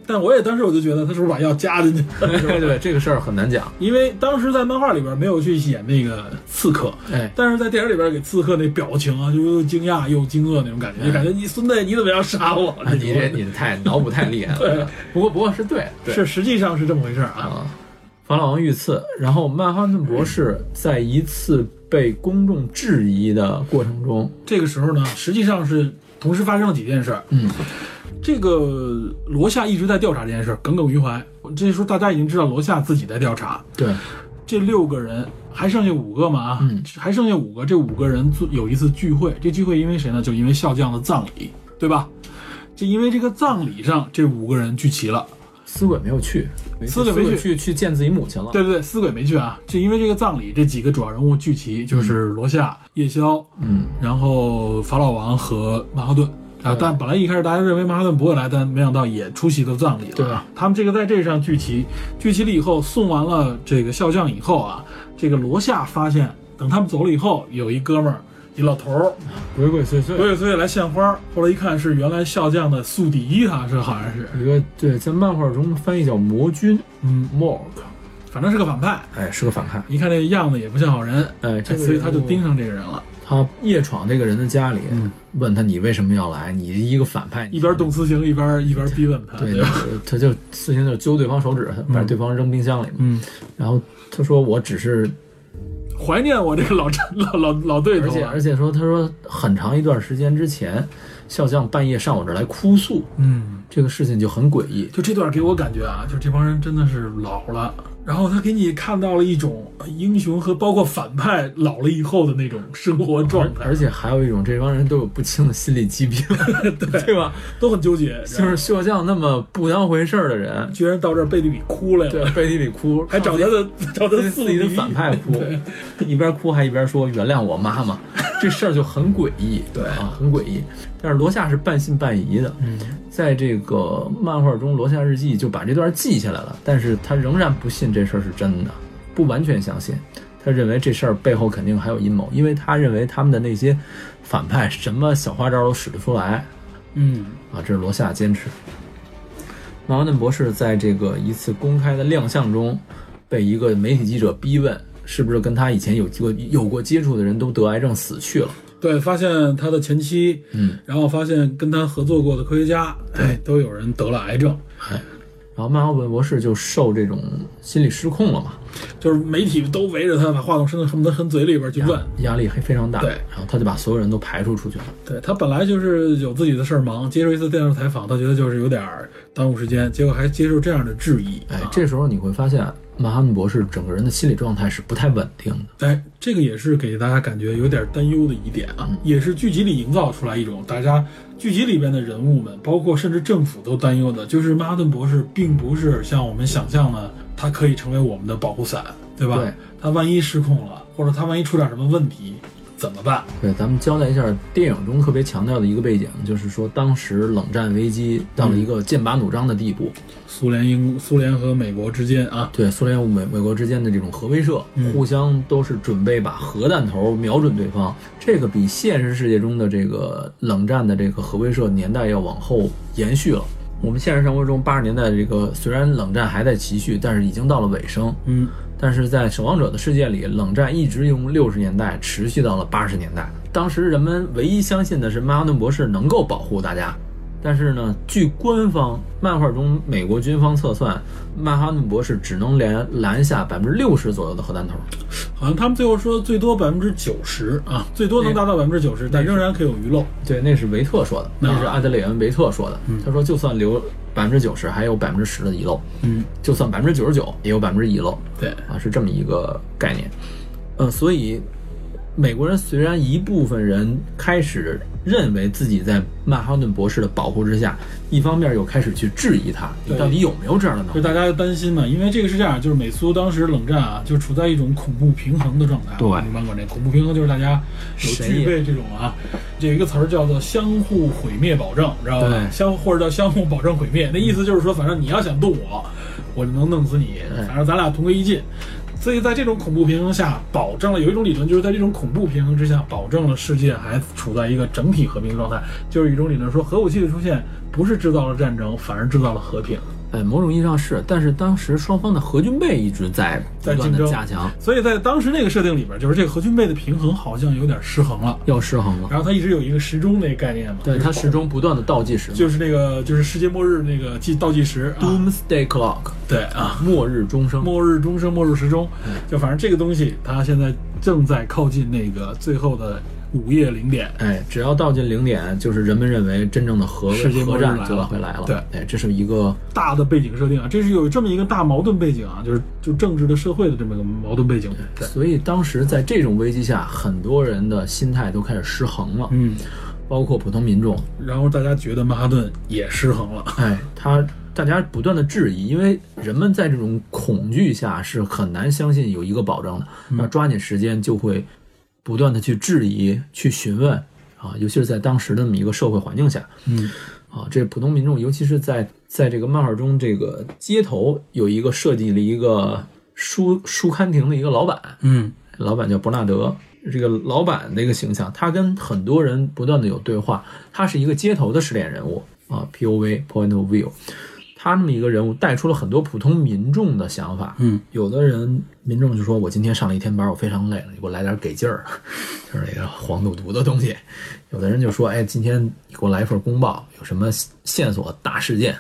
但我也当时我就觉得他是不是把药加进去了？
对对，这个事儿很难讲。
因为当时在漫画里边没有去演那个刺客，
哎，
但是在电影里边给刺客那表情啊，就又惊讶又惊愕那种感觉，就感觉你孙子你怎么要杀我？
哎啊你这你太脑补太 厉害了。不过不过是对，对
是实际上是这么回事儿啊。
啊，法老王遇刺，然后曼哈顿博士在一次被公众质疑的过程中，
这个时候呢，实际上是同时发生了几件事儿。
嗯，
这个罗夏一直在调查这件事儿，耿耿于怀。这时候大家已经知道罗夏自己在调查，
对，
这六个人还剩下五个嘛啊，
嗯
还剩下五个。这五个人做有一次聚会，这聚会因为谁呢？就因为笑匠的葬礼，对吧？就因为这个葬礼上，这五个人聚齐了。
死鬼没有去，
死鬼没去
去去见自己母亲了。
对对对，死鬼没去啊，就因为这个葬礼，这几个主要人物聚齐，就是罗夏、夜宵，
嗯，
然后法老王和曼哈顿啊。但本来一开始大家认为曼哈顿不会来，但没想到也出席了葬礼了。
对啊，
他们这个在这上聚齐，聚齐了以后送完了这个笑匠以后啊，这个罗夏发现，等他们走了以后，有一哥们儿。一老头儿，
鬼鬼祟祟
鬼鬼祟祟来献花儿。后来一看是原来笑匠的宿敌，他是好像是，
一个对，在漫画中翻译叫魔君
嗯，
Mork，
反正是个反派。
哎，是个反派，
一看这样子也不像好人，
哎，这个
所以他就
人物
盯上这个人了。
他夜闯这个人的家里，
嗯
问他你为什么要来？你一个反派，你
一边动私刑一边一边逼问他，
对
啊对吧？，
他就事情就揪对方手指，把对方扔冰箱里嘛。
嗯，
然后他说我只是，
怀念我这个老战老老老对头
而且
啊，
而且说他说很长一段时间之前，笑匠半夜上我这儿来哭诉，
嗯，
这个事情就很诡异。
就这段给我感觉啊，就这帮人真的是老了，然后他给你看到了一种英雄和包括反派老了以后的那种生活状态，
而且还有一种，这帮人都有不轻的心理疾 病， 对吧？
都很纠结，
就是秀匠那么不当回事儿的人，
居然到这儿背地里哭来
对
了，，
背地里哭，
还找他的找他
自
宿
己的
敌
反派哭，一边哭还一边说原谅我妈妈，这事儿就很诡异，
对
啊，很诡异。但是罗夏是半信半疑的，
嗯，
在这个漫画中，罗夏日记就把这段记下来了，但是他仍然不信这事儿是真的，不完全相信。他认为这事儿背后肯定还有阴谋，因为他认为他们的那些反派什么小花招都使得出来，
嗯，
啊，这是罗夏坚持。马文顿博士在这个一次公开的亮相中，被一个媒体记者逼问，是不是跟他以前有过有过接触的人都得癌症死去了？
对，发现他的前妻，
嗯，
然后发现跟他合作过的科学家，哎，都有人得了癌症，
哎，然然后曼哈顿博士就受这种心理失控了嘛，
就是媒体都围着他，把话筒伸到恨不得恨嘴里边去问。
压力还非常大，
对
然后他就把所有人都排除出去了。
对他本来就是有自己的事儿忙，接受一次电视采访，他觉得就是有点儿耽误时间，结果还接受这样的质疑。
哎
啊，
这时候你会发现，曼哈顿博士整个人的心理状态是不太稳定的。
哎，这个也是给大家感觉有点担忧的一点
嗯
啊，也是剧集里营造出来一种大家剧集里边的人物们，包括甚至政府都担忧的，就是曼哈顿博士并不是像我们想象的，他可以成为我们的保护伞，对吧？
对
他万一失控了，或者他万一出点什么问题，怎么办？
对，咱们交代一下电影中特别强调的一个背景，就是说当时冷战危机到了一个剑拔弩张的地步，
苏联、英、苏联和美国之间啊，
对苏联和美美国之间的这种核威慑，互相都是准备把核弹头瞄准对方。这个比现实世界中的这个冷战的这个核威慑年代要往后延续了。我们现实生活中八十年代的这个虽然冷战还在持续，但是已经到了尾声。
嗯，
但是在《守望者》的世界里，冷战一直用六十年代持续到了八十年代。当时人们唯一相信的是曼哈顿博士能够保护大家，但是呢，据官方漫画中美国军方测算，曼哈顿博士只能连拦下百分之六十左右的核弹头。
好像他们最后说最多百分之九十啊，最多能达到百分之九十，但仍然可以有遗漏。
对，那是维特说的，那是阿德里安·维特说的。他说，就算留百分之九十，还有百分之十的遗漏；
嗯，
就算百分之九十九，也有百分之遗漏。
对，
啊，是这么一个概念。呃，所以美国人虽然一部分人开始认为自己在曼哈顿博士的保护之下，一方面又开始去质疑他，你
对
到底有没有这样的能
就
力？
大家担心嘛，因为这个是这样，就是美苏当时冷战啊，就处在一种恐怖平衡的状态。啊
对
你们管这恐怖平衡就是大家有
谁
具
也
备这种啊，有一个词儿叫做相互毁灭保证，知道吧？
对
相或者叫相互保证毁灭，那意思就是说，反正你要想动我，我就能弄死你，反正咱俩同归于尽。所以在这种恐怖平衡下，保证了有一种理论，就是在这种恐怖平衡之下，保证了世界还处在一个整体和平状态。就是有一种理论说，核武器的出现不是制造了战争，反而制造了和平。
呃，某种意义上是，但是当时双方的核军备一直在不
在
断
竞
的
争
加强，
所以在当时那个设定里边，就是这个核军备的平衡好像有点失衡了。
要失衡了。
然后它一直有一个时钟那个概念嘛，
对，它始终不断的倒计时嘛
就是那个就是世界末日那个计倒计时啊，
，Doomsday Clock，
对啊，
末日钟声。
末日钟声、末日时钟，就反正这个东西它现在正在靠近那个最后的午夜零点。
哎，只要到近零点，就是人们认为真正的核
世界末
核
日
战
来
就
了
要会来了。
对
哎，这是一个
大的背景设定啊，这是有这么一个大矛盾背景啊，就是就政治的、社会的这么个矛盾背景。对，
所以当时在这种危机下，很多人的心态都开始失衡了，
嗯，
包括普通民众。
然后大家觉得曼哈顿也失衡了，
哎，他大家不断的质疑，因为人们在这种恐惧下是很难相信有一个保障的。
嗯
那抓紧时间就会不断的去质疑、去询问啊，尤其是在当时的那么一个社会环境下，
嗯，
啊，这普通民众，尤其是在在这个漫画中，这个街头有一个设计了一个书书刊亭的一个老板，
嗯，
老板叫伯纳德，这个老板的一个形象，他跟很多人不断的有对话，他是一个街头的试点人物啊，POV Point of View，他那么一个人物带出了很多普通民众的想法，
嗯，
有的人民众就说我今天上了一天班，我非常累了，你给我来点给劲儿，就是那个黄赌毒的东西，有的人就说哎，今天你给我来一份公报，有什么线索大事件，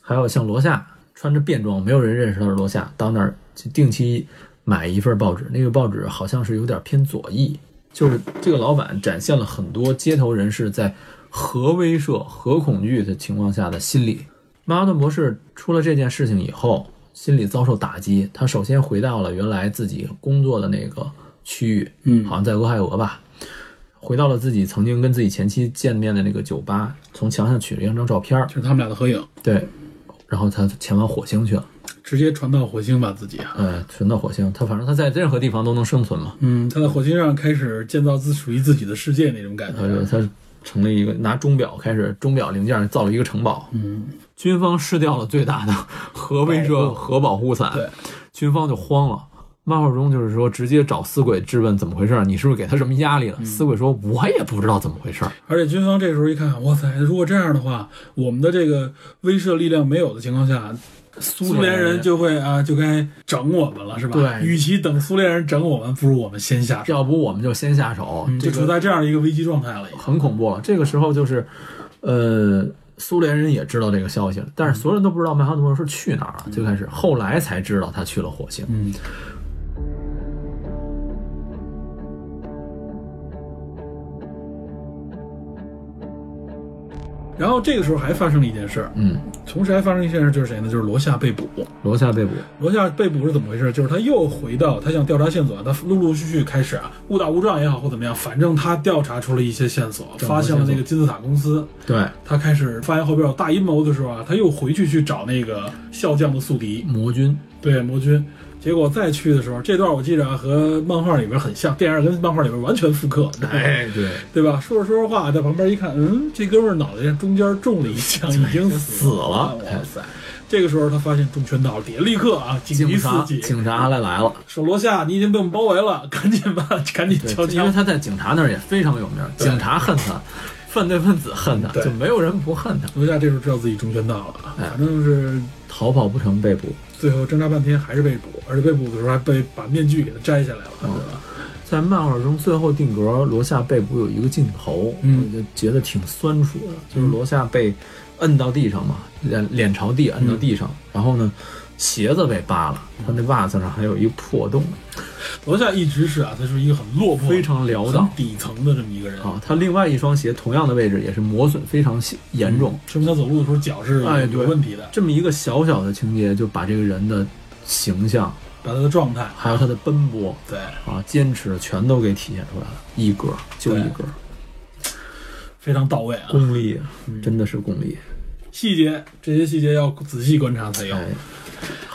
还有像罗夏穿着便装，没有人认识他是罗夏，到那儿去定期买一份报纸，那个报纸好像是有点偏左翼，就是这个老板展现了很多街头人士在核威慑、核恐惧的情况下的心理。曼哈顿博士出了这件事情以后，心理遭受打击，他首先回到了原来自己工作的那个区域，
嗯
好像在俄亥俄吧，回到了自己曾经跟自己前妻见面的那个酒吧，从墙上取了一张照片儿，
就是他们俩的合影，
对，然后他前往火星去了，
直接传到火星把自己啊。
呃，存到火星，他反正他在任何地方都能生存嘛，
嗯，他在火星上开始建造自属于自己的世界那种感觉。
呃，他成了一个拿钟表开始钟表零件造了一个城堡，
嗯，
军方失掉了最大的核威慑、核保护伞，
对，
军方就慌了。漫画中就是说，直接找死鬼质问怎么回事儿，你是不是给他什么压
嗯
力了？死鬼说，我也不知道怎么回事儿。
而且军方这时候一看，哇塞，如果这样的话，我们的这个威慑力量没有的情况下，
苏
苏联人就会啊就该整我们了，是吧？
对
与其等苏联人整我们，不如我们先下手，
要不我们就先下手，
嗯
这
就
个
处在这样一个危机状态了。已经
很恐怖了。这个时候就是，呃，苏联人也知道这个消息了，但是所有人都不知道曼哈顿博士去哪儿了。最开始，后来才知道他去了火星。
嗯，然后这个时候还发生了一件事儿，
嗯，
同时还发生一件事，就是谁呢？就是罗夏被捕。
罗夏被捕，
罗夏被捕是怎么回事？就是他又回到他想调查线索，他陆陆续续开始啊，误打误撞也好或怎么样，反正他调查出了一些线索，
找
发
到线索
现了那个金字塔公司。
对，
他开始发现后边有大阴谋的时候啊，他又回去去找那个笑匠的宿敌，
魔军，
对魔君。结果再去的时候，这段我记着啊，和漫画里边很像，电影跟漫画里边完全复刻，
哎，对，
对吧？说着说着话，在旁边一看，嗯，这哥们儿脑袋中间中了 一枪，已经
死了哎
哇塞！这个时候他发现中圈到底，立刻啊，警
警
惕
察，
四起，
警察来来了。
说罗夏，你已经被我们包围了，赶紧吧，赶紧交
对，因为
枪。
他在警察那儿也非常有名，警察恨他，犯罪分子恨他，
对
就没有人不恨他。
罗夏这时候知道自己中圈到了，啊
哎
反正是
逃跑不成被捕，
最后挣扎半天还是被捕，而且被捕的时候还被把面具给他摘下来了，对吧？
嗯在漫画中最后定格，罗夏被捕有一个镜头，
嗯
我就觉得挺酸楚的，就是罗夏被摁到地上嘛，脸脸朝地摁到
嗯
地上，然后呢，鞋子被扒了，他那袜子上还有一破洞，
罗夏一直是啊，他是一个很落魄、
非常潦
很
倒。
底层的这么一个人，
啊，他另外一双鞋同样的位置也是磨损非常严重，
说明他走路的时候脚是
哎
有
对
问题的，
这么一个小小的情节就把这个人的形象，
把他的状态，
还有他的奔波，
对，
啊，坚持全都给体现出来了，一格就一格，
啊非常到位啊。
功力真的是功力。
细节这些细节要仔细观察才有。
哎，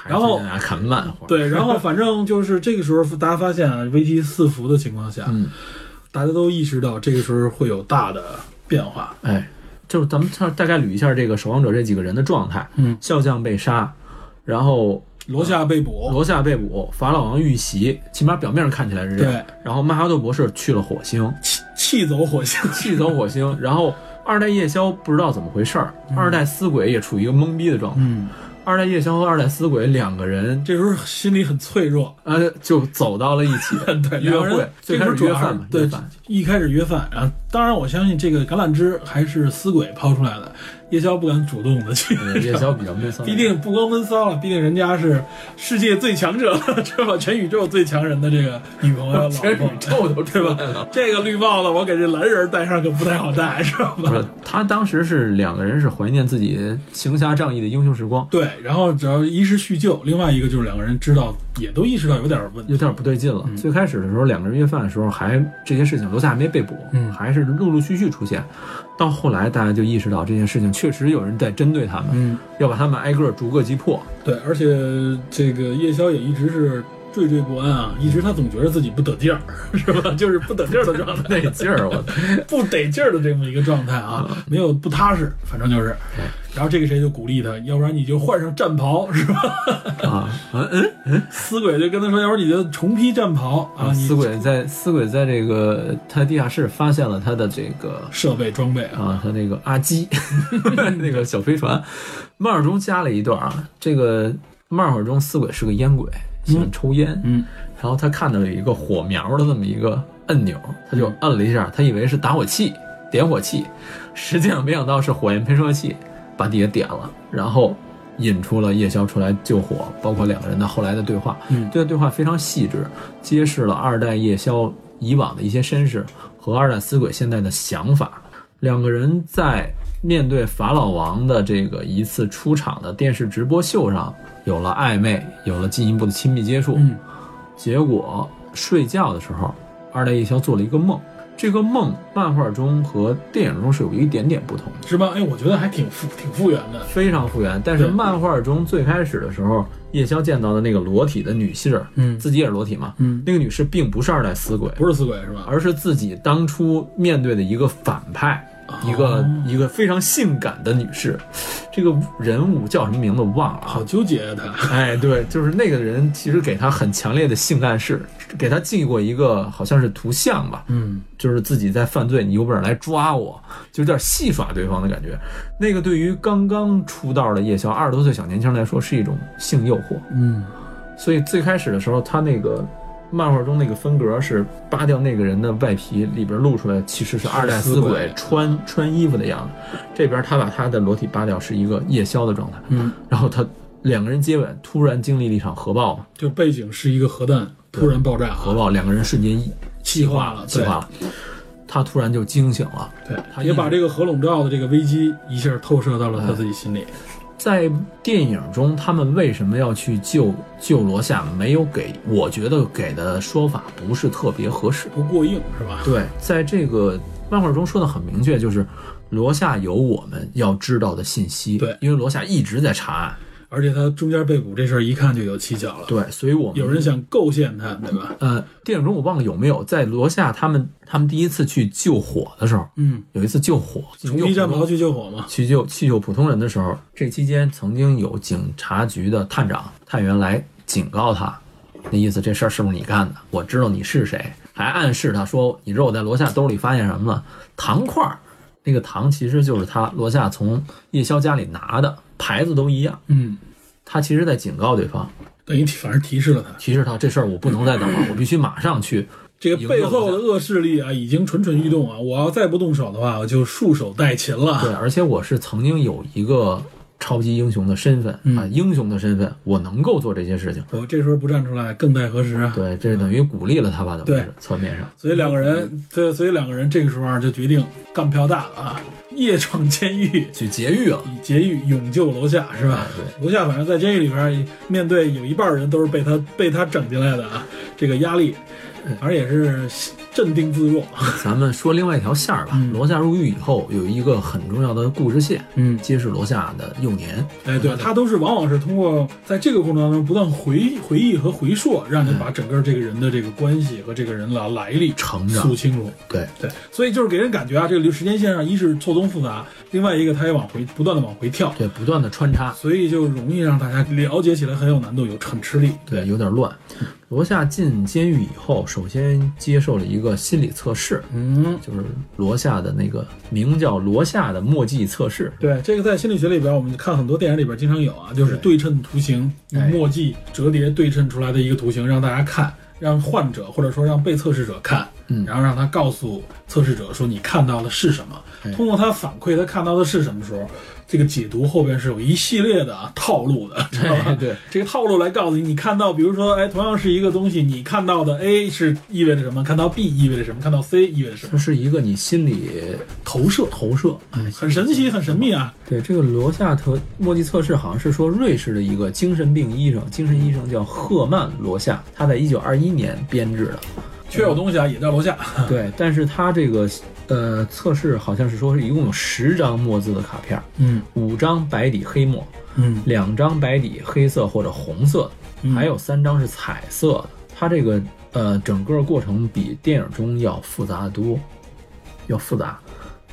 然后
还是大家看漫画，，
对，然后反正就是这个时候，大家发现啊危机四伏的情况下，
嗯，
大家都意识到这个时候会有大的变化。
哎，就是咱们大大概捋一下这个守望者这几个人的状态，
嗯，
笑匠被杀，然后
罗夏被捕，
罗夏被捕，法老王遇袭，起码表面上看起来是这样。
对
然后曼哈顿博士去了火星，
气气走火星，
气走火星，然后。二代夜宵不知道怎么回事儿，二代死鬼也处于一个懵逼的状态。
嗯，
二代夜宵和二代死鬼两个人
这时候心里很脆弱。，
呃，就走到了一起
对，
约
两个
会
人，
最开始
这时候主
约
要是
饭嘛，
对
约饭，
一开始约饭，然后当然我相信这个橄榄枝还是死鬼抛出来的，夜宵不敢主动的去，
呃夜宵比较闷 骚，
毕竟不光闷骚了，毕竟人家是世界最强者， 是吧？全宇宙最强人的这个女朋友、老
全
婆
宇，宙都
对
出来了。
吧？这个绿帽子我给这蓝人戴上可不太好戴，是
不
吧？
是，他当时是两个人是怀念自己行侠仗义的英雄时光，
对，然后只要一是叙旧，另外一个就是两个人知道，也都意识到有点问题。
有点不对劲了。
嗯
最开始的时候，两个人约饭的时候还这些事情，罗夏还没被捕，
嗯
还是陆陆续续出现。到后来，大家就意识到这件事情确实有人在针对他们，
嗯，
要把他们挨个逐个击 破。
对，而且这个夜宵也一直是惴惴不安啊，一直他总觉得自己不得劲儿， 是吧？就是不得劲儿的状态，
那哎劲儿，我
不得劲儿的这么一个状态啊，没有不踏实，反正就是。然后这个谁就鼓励他，要不然你就换上战袍，是吧？
啊，嗯嗯，
死鬼就跟他说，要不然你就重披战袍啊，你
死鬼在死鬼在这个他地下室发现了他的这个
设备装备啊，
啊，他那个阿基 那个小飞船，漫画中加了一段啊，这个漫画中死鬼是个烟鬼，喜欢抽烟，
嗯，
然后他看到有一个火苗的这么一个按钮，他就摁了一下，他以为是打火器，点火器，实际上没想到是火焰喷射器，把底下点了，然后。引出了夜宵出来救火，包括两个人的后来的对话。
嗯
这个对话非常细致，揭示了二代夜宵以往的一些身世和二代死鬼现在的想法。两个人在面对法老王的这个一次出场的电视直播秀上有了暧昧，有了进一步的亲密接触。
嗯，
结果睡觉的时候，二代夜宵做了一个梦。这个梦，漫画中和电影中是有一点点不同的，
是吧？哎，我觉得还挺复挺复原的，
非常复原。但是
对
漫画中最开始的时候，夜宵见到的那个裸体的女士，
嗯
自己也是裸体嘛，
嗯，
那个女士并不是二代死鬼，
不是死鬼是吧？
而是自己当初面对的一个反派，
哦
一个一个非常性感的女士，这个人物叫什么名字我忘了啊
好。纠结啊 他，
哎，对，就是那个人，其实给他很强烈的性暗示，给他寄过一个好像是图像吧，
嗯，
就是自己在犯罪，你有本事来抓我，就有点戏耍对方的感觉。那个对于刚刚出道的夜宵二十多岁小年轻来说是一种性诱惑，
嗯，
所以最开始的时候，他那个漫画中那个分格是扒掉那个人的外皮，里边露出来其实是二代死
死鬼
鬼穿穿衣服的样子。这边他把他的裸体扒掉，是一个夜宵的状态。
嗯，
然后他两个人接吻，突然经历了一场核爆嘛，
就背景是一个核弹突然爆炸，啊
核爆两个人瞬间一
气化了，
气
对
化了，他突然就惊醒了。
对，
他
也把
一
这个核笼罩的这个危机一下透射到了他自己心里。
在电影中，他们为什么要去救救罗夏？没有给，我觉得给的说法不是特别合适。
不过硬是吧？
对，在这个漫画中说的很明确，就是罗夏有我们要知道的信息。
对
因为罗夏一直在查案。
而且他中间被捕这事儿一看就有蹊跷了，
对，所以我们
有人想构陷他，对吧？
呃，电影中我忘了有没有在罗夏他们他们第一次去救火的时候，
嗯，
有一次救火，
从一战
救
袍
火
去救火嘛，
去救去救普通人的时候，这期间曾经有警察局的探长探员来警告他，那意思这事儿是不是你干的？我知道你是谁，还暗示他说，你知道我在罗夏兜里发现什么了？糖块儿，那个糖其实就是他罗夏从夜宵家里拿的，牌子都一样。
嗯，
他其实在警告对方，
等于提反正提示了他，
提示他这事儿我不能再等了，我必须马上去。
这个背后的恶势力啊，已经蠢蠢欲动啊！我要再不动手的话，我就束手待擒
对，
了。
而且我是曾经有一个超级英雄的身份啊，英雄的身份，我能够做这些事情。
我这时候不站出来，更待何时啊？
对，这等于鼓励了他吧？等于
对
是侧面上，
所以两个人，对，所以两个人这个时候啊就决定干票大了啊，夜闯监狱，
去劫狱了。
以劫狱永救楼下，是吧？楼下反正在监狱里边，面对有一半人都是被他被他整进来的啊，这个压力，反正也是镇定自若。
咱们说另外一条线儿吧。罗夏入狱以后，有一个很重要的故事线，
嗯，
揭示罗夏的幼年。
哎，对，他都是往往是通过在这个过程当中不断回回忆和回溯，让你把整个这个人的这个关系和这个人的来历
成长
溯清楚。
对，
对，所以就是给人感觉啊，这个时间线上一是错综复杂，另外一个他也往回不断的往回跳，
对，不断的穿插，
所以就容易让大家了解起来很有难度，有很吃力。
对，有点乱。罗夏进监狱以后，首先接受了一个心理测试，
嗯，
就是罗夏的那个名叫罗夏的墨迹测试。
对，这个在心理学里边，我们看很多电影里边经常有啊，就是对称图形，用
哎
墨迹折叠对称出来的一个图形，让大家看，让患者或者说让被测试者看，
嗯
然后让他告诉测试者说你看到的是什么。
哎
通过他反馈他看到的是什么时候，这个解读后边是有一系列的啊套路的，知道吧？
对，
这个套路来告诉你，你看到，比如说，哎，同样是一个东西，你看到的 A 是意味着什么，看到 B 意味着什么，看到 C 意味着什么，
这是一个你心理
投射，
投射。哎，
很神奇，很神秘啊。
对，这个罗夏特墨迹测试好像是说瑞士的一个精神病医生，精神医生叫赫曼·罗夏，他在一九二一年编制的。
缺有东西啊，也在楼下。
对，但是他这个呃测试好像是说是一共有十张墨字的卡片，
嗯
五张白底黑墨，
嗯
两张白底黑色或者红色的，还有三张是彩色的。他这个呃整个过程比电影中要复杂的多，要复杂。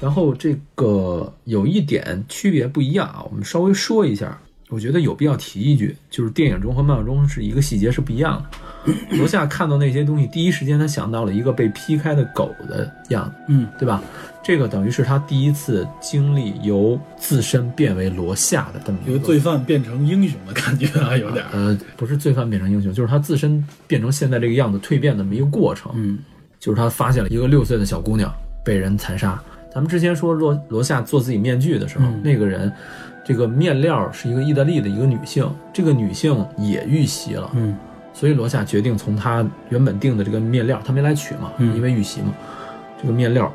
然后这个有一点区别不一样啊，我们稍微说一下，我觉得有必要提一句，就是电影中和漫画中是一个细节是不一样的。罗夏看到那些东西，第一时间他想到了一个被劈开的狗的样子，
嗯，
对吧？这个等于是他第一次经历由自身变为罗夏的这么一
有
个
罪犯变成英雄的感觉啊，有点儿。
呃，不是罪犯变成英雄，就是他自身变成现在这个样子蜕变的这么一个过程。
嗯，
就是他发现了一个六岁的小姑娘被人残杀。咱们之前说罗罗夏做自己面具的时候，
嗯
那个人，这个面料是一个意大利的一个女性，这个女性也遇袭了，
嗯，
所以罗夏决定从他原本定的这个面料，他没来取嘛，
嗯
因为遇袭嘛，这个面料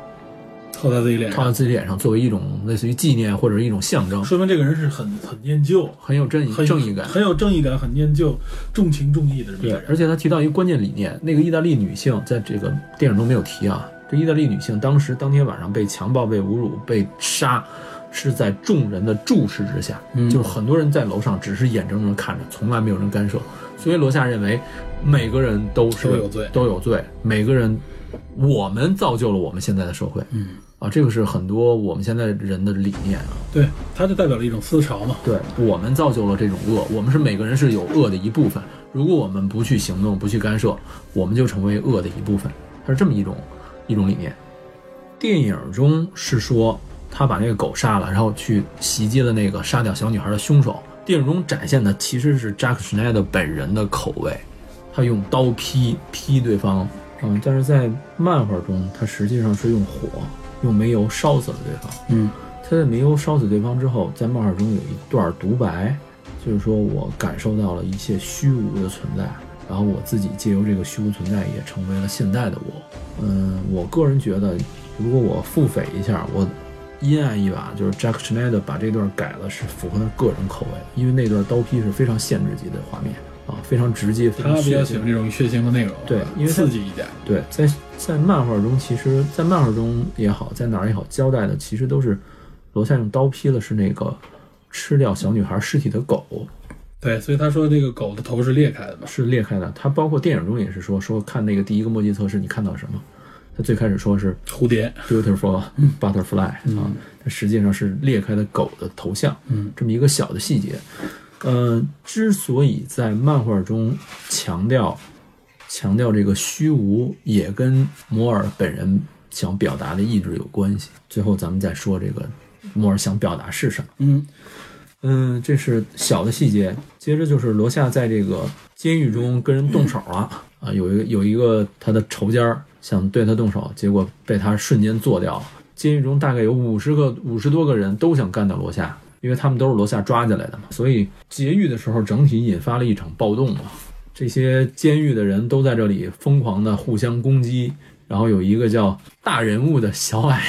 套在自己脸
套
上，
在自己脸上，作为一种类似于纪念或者是一种象征，
说明这个人是很很念旧，
很有正义
很
正义感。
很有正义感，很念旧，重情重义的这么一
对
个，人。
而且他提到一个关键理念，那个意大利女性在这个电影中没有提啊。这意大利女性当时当天晚上被强暴、被侮辱、被杀，是在众人的注视之下，
嗯
就是很多人在楼上只是眼睁睁地看着，从来没有人干涉。所以罗夏认为，每个人都是
都有罪
都有罪，每个人，我们造就了我们现在的社会。嗯，啊，这个是很多我们现在人的理念啊。
对，他就代表了一种思潮嘛。
对我们造就了这种恶，我们是每个人是有恶的一部分。如果我们不去行动、不去干涉，我们就成为恶的一部分。它是这么一种一种理念。电影中是说他把那个狗杀了，然后去袭击了那个杀掉小女孩的凶手。电影中展现的其实是扎克施奈德本人的口味，他用刀劈劈对方，嗯，但是在漫画中，他实际上是用火用煤油烧死了对方。
嗯
他在煤油烧死对方之后，在漫画中有一段独白，就是说我感受到了一切虚无的存在，然后我自己借由这个虚无存在也成为了现在的我。嗯，我个人觉得，如果我腹诽一下，我阴暗一把，就是 Jack Schneider 把这段改了，是符合他个人口味，因为那段刀劈是非常限制级的画面啊，非常直接，非
他
常
比
血
较
腥
喜。欢这种血腥的内容，
对因为他
刺激一点。
对，在在漫画中，其实，在漫画中也好，在哪儿也好，交代的其实都是楼下用刀劈了是那个吃掉小女孩尸体的狗
对，所以他说这个狗的头是裂开的嘛，
是裂开的。它包括电影中也是说说看那个第一个墨迹测试，你看到什么？它最开始说是
蝴蝶。
beautiful butterfly 啊，它实际上是裂开的狗的头像，
嗯，
这么一个小的细节。呃，之所以在漫画中强调强调这个虚无，也跟摩尔本人想表达的意志有关系。最后咱们再说这个摩尔想表达是什么。
嗯，
嗯，这是小的细节。接着就是罗夏在这个监狱中跟人动手了啊，有一个有一个他的仇家儿想对他动手，结果被他瞬间做掉了。监狱中大概有五十个五十多个人都想干掉罗夏，因为他们都是罗夏抓进来的嘛，所以劫狱的时候整体引发了一场暴动嘛。这些监狱的人都在这里疯狂的互相攻击，然后有一个叫大人物的小矮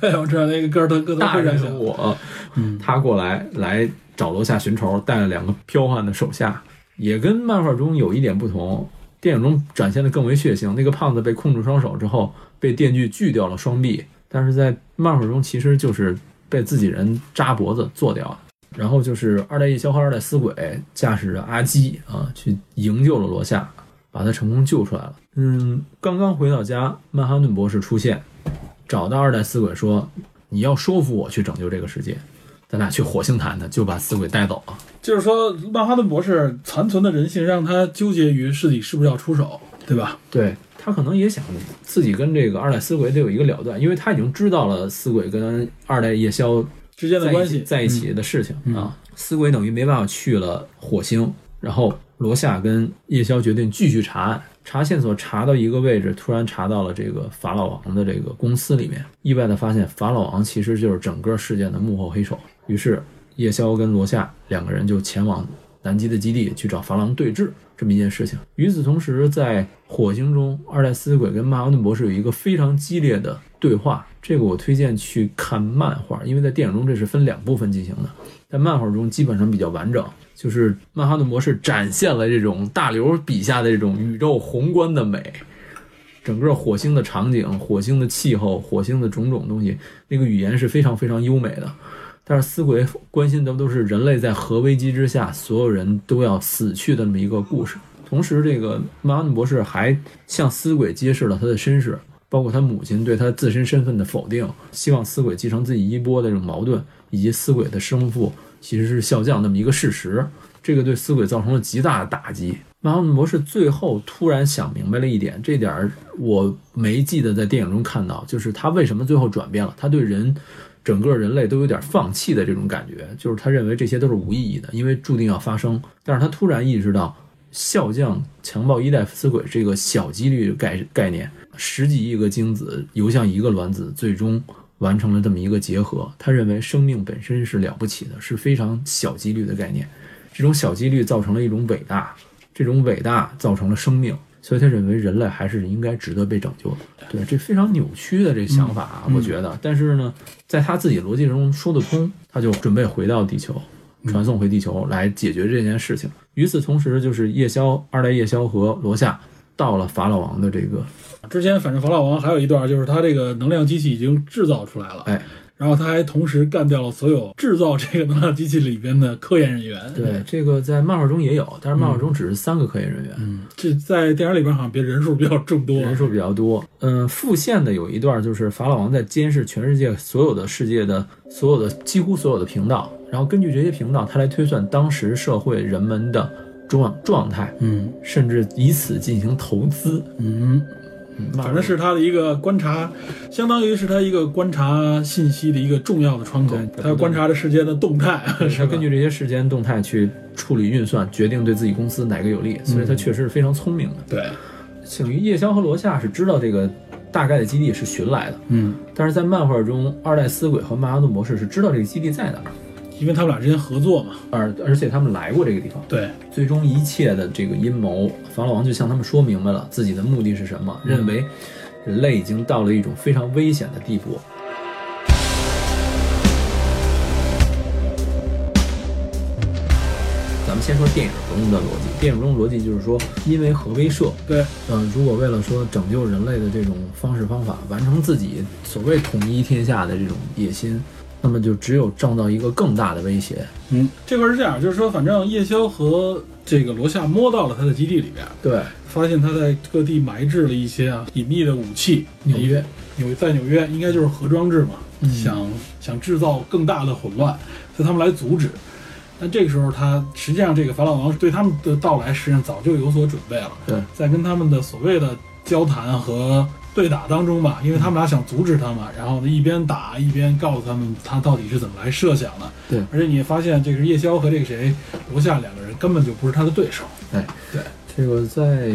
对，我知道那个个儿特个头
大
非常
人
小。
我，
嗯
他过来来找楼下寻仇，带了两个彪悍的手下，也跟漫画中有一点不同。电影中展现的更为血腥，那个胖子被控制双手之后，被电锯锯掉了双臂，但是在漫画中其实就是被自己人扎脖子做掉了。然后就是二代一消和二代死鬼驾驶着阿基啊去营救了罗夏，把他成功救出来了。嗯，刚刚回到家，曼哈顿博士出现，找到二代死鬼说：“你要说服我去拯救这个世界，咱俩去火星谈谈，就把死鬼带走啊了。
就是说，曼哈顿博士残存的人性让他纠结于自己是不是要出手，对吧？
对他可能也想自己跟这个二代死鬼得有一个了断，因为他已经知道了死鬼跟二代夜宵
之间的
在
关
一起
系
在一起的事情、
嗯
啊。死鬼等于没办法去了火星，然后罗夏跟夜宵决定继续查案，查线索查到一个位置，突然查到了这个法老王的这个公司里面，意外的发现法老王其实就是整个事件的幕后黑手。于是夜宵跟罗夏两个人就前往南极的基地去找法郎对峙这么一件事情。与此同时，在火星中，二代死鬼跟曼哈顿博士有一个非常激烈的对话。这个我推荐去看漫画，因为在电影中这是分两部分进行的，在漫画中基本上比较完整。就是曼哈顿博士展现了这种大刘笔下的这种宇宙宏观的美，整个火星的场景、火星的气候、火星的种种东西，那个语言是非常非常优美的。但是死鬼关心的都是人类在核危机之下，所有人都要死去的那么一个故事。同时，这个马恩博士还向死鬼揭示了他的身世，包括他母亲对他自身身份的否定，希望死鬼继承自己衣钵的这种矛盾，以及死鬼的生父其实是笑匠那么一个事实。这个对死鬼造成了极大的打击。马恩博士最后突然想明白了一点，这点儿我没记得在电影中看到，就是他为什么最后转变了，他对人整个人类都有点放弃的这种感觉，就是他认为这些都是无意义的，因为注定要发生。但是他突然意识到，笑匠强暴一代死鬼这个小几率概概念，十几亿个精子游向一个卵子，最终完成了这么一个结合。他认为生命本身是了不起的，是非常小几率的概念，这种小几率造成了一种伟大，这种伟大造成了生命。所以他认为人类还是应该值得被拯救的，对，这非常扭曲的这想法、啊，我觉得。但是呢，在他自己逻辑中说得通，他就准备回到地球，传送回地球来解决这件事情。与此同时，就是夜宵二代夜宵和罗夏到了法老王的这个，
之前反正法老王还有一段，就是他这个能量机器已经制造出来了，
哎，
然后他还同时干掉了所有制造这个能量机器里边的科研人员。
对，这个在漫画中也有，但是漫画中只是三个科研人员，
嗯，这在电影里边好像别人数比较众多。
人数比较多。嗯，复线的有一段就是法老王在监视全世界所有的世界的所有的几乎所有的频道，然后根据这些频道，他来推算当时社会人们的状状态，
嗯
甚至以此进行投资。
嗯，反正是他的一个观察，相当于是他一个观察信息的一个重要的窗口
对，
他要观察着世界的动态，
他
是
根
根据
据这些时间动态去处理运算，决定对自己公司哪个有利，所以他确实是非常聪明 的。
对，
请于夜宵和罗夏是知道这个大概的基地是寻来的，
嗯，
但是在漫画中，二代死鬼和曼哈顿博士是知道这个基地在哪儿，
因为他们俩之间合作嘛，
而而且他们来过这个地方。
对，
最终一切的这个阴谋，法老王就向他们说明白了自己的目的是什么，认为人类已经到了一种非常危险的地步。咱们先说电影中的逻辑，电影中的逻辑就是说，因为核威慑，
对，
呃，如果为了说拯救人类的这种方式方法，完成自己所谓统一天下的这种野心，那么就只有创造一个更大的威胁。
嗯，这块是这样，就是说，反正夜宵和这个罗夏摸到了他的基地里边，
对，
发现他在各地埋置了一些啊隐秘的武器。
纽约，
纽在纽约应该就是核装置嘛，
嗯
想想制造更大的混乱，所以他们来阻止。但这个时候他，实际上这个法老王对他们的到来实际上早就有所准备了。
对，
在跟他们的所谓的交谈和对打当中吧，因为他们俩想阻止他们，然后呢一边打一边告诉他们他到底是怎么来设想的。
对
而且你也发现这个是夜宵和这个谁罗夏两个人根本就不是他的对手。
哎，
对，
这个在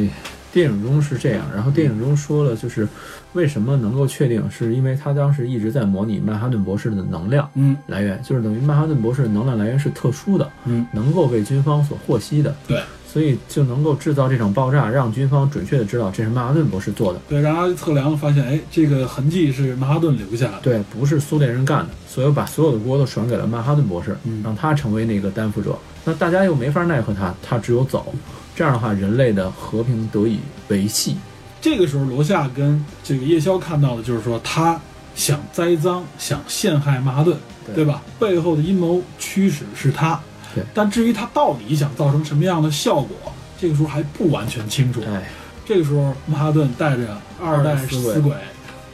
电影中是这样，然后电影中说了，就是为什么能够确定，是因为他当时一直在模拟曼哈顿博士的能量
嗯
来源，就是等于曼哈顿博士的能量来源是特殊的，
嗯，
能够被军方所获悉的，
对
所以就能够制造这场爆炸，让军方准确的知道这是曼哈顿博士做的，
对，然后测量发现，哎，这个痕迹是曼哈顿留下的。
对，不是苏联人干的，所以把所有的锅都转给了曼哈顿博士，
嗯
让他成为那个担负者。那大家又没法奈何他，他只有走，这样的话，人类的和平得以维系。
这个时候，罗夏跟这个夜宵看到的就是说，他想栽赃，想陷害曼哈顿，
对
对吧？背后的阴谋驱使是他，
对
但至于他到底想造成什么样的效果，这个时候还不完全清楚。
哎，
这个时候，曼哈顿带着二代死
二代死
鬼，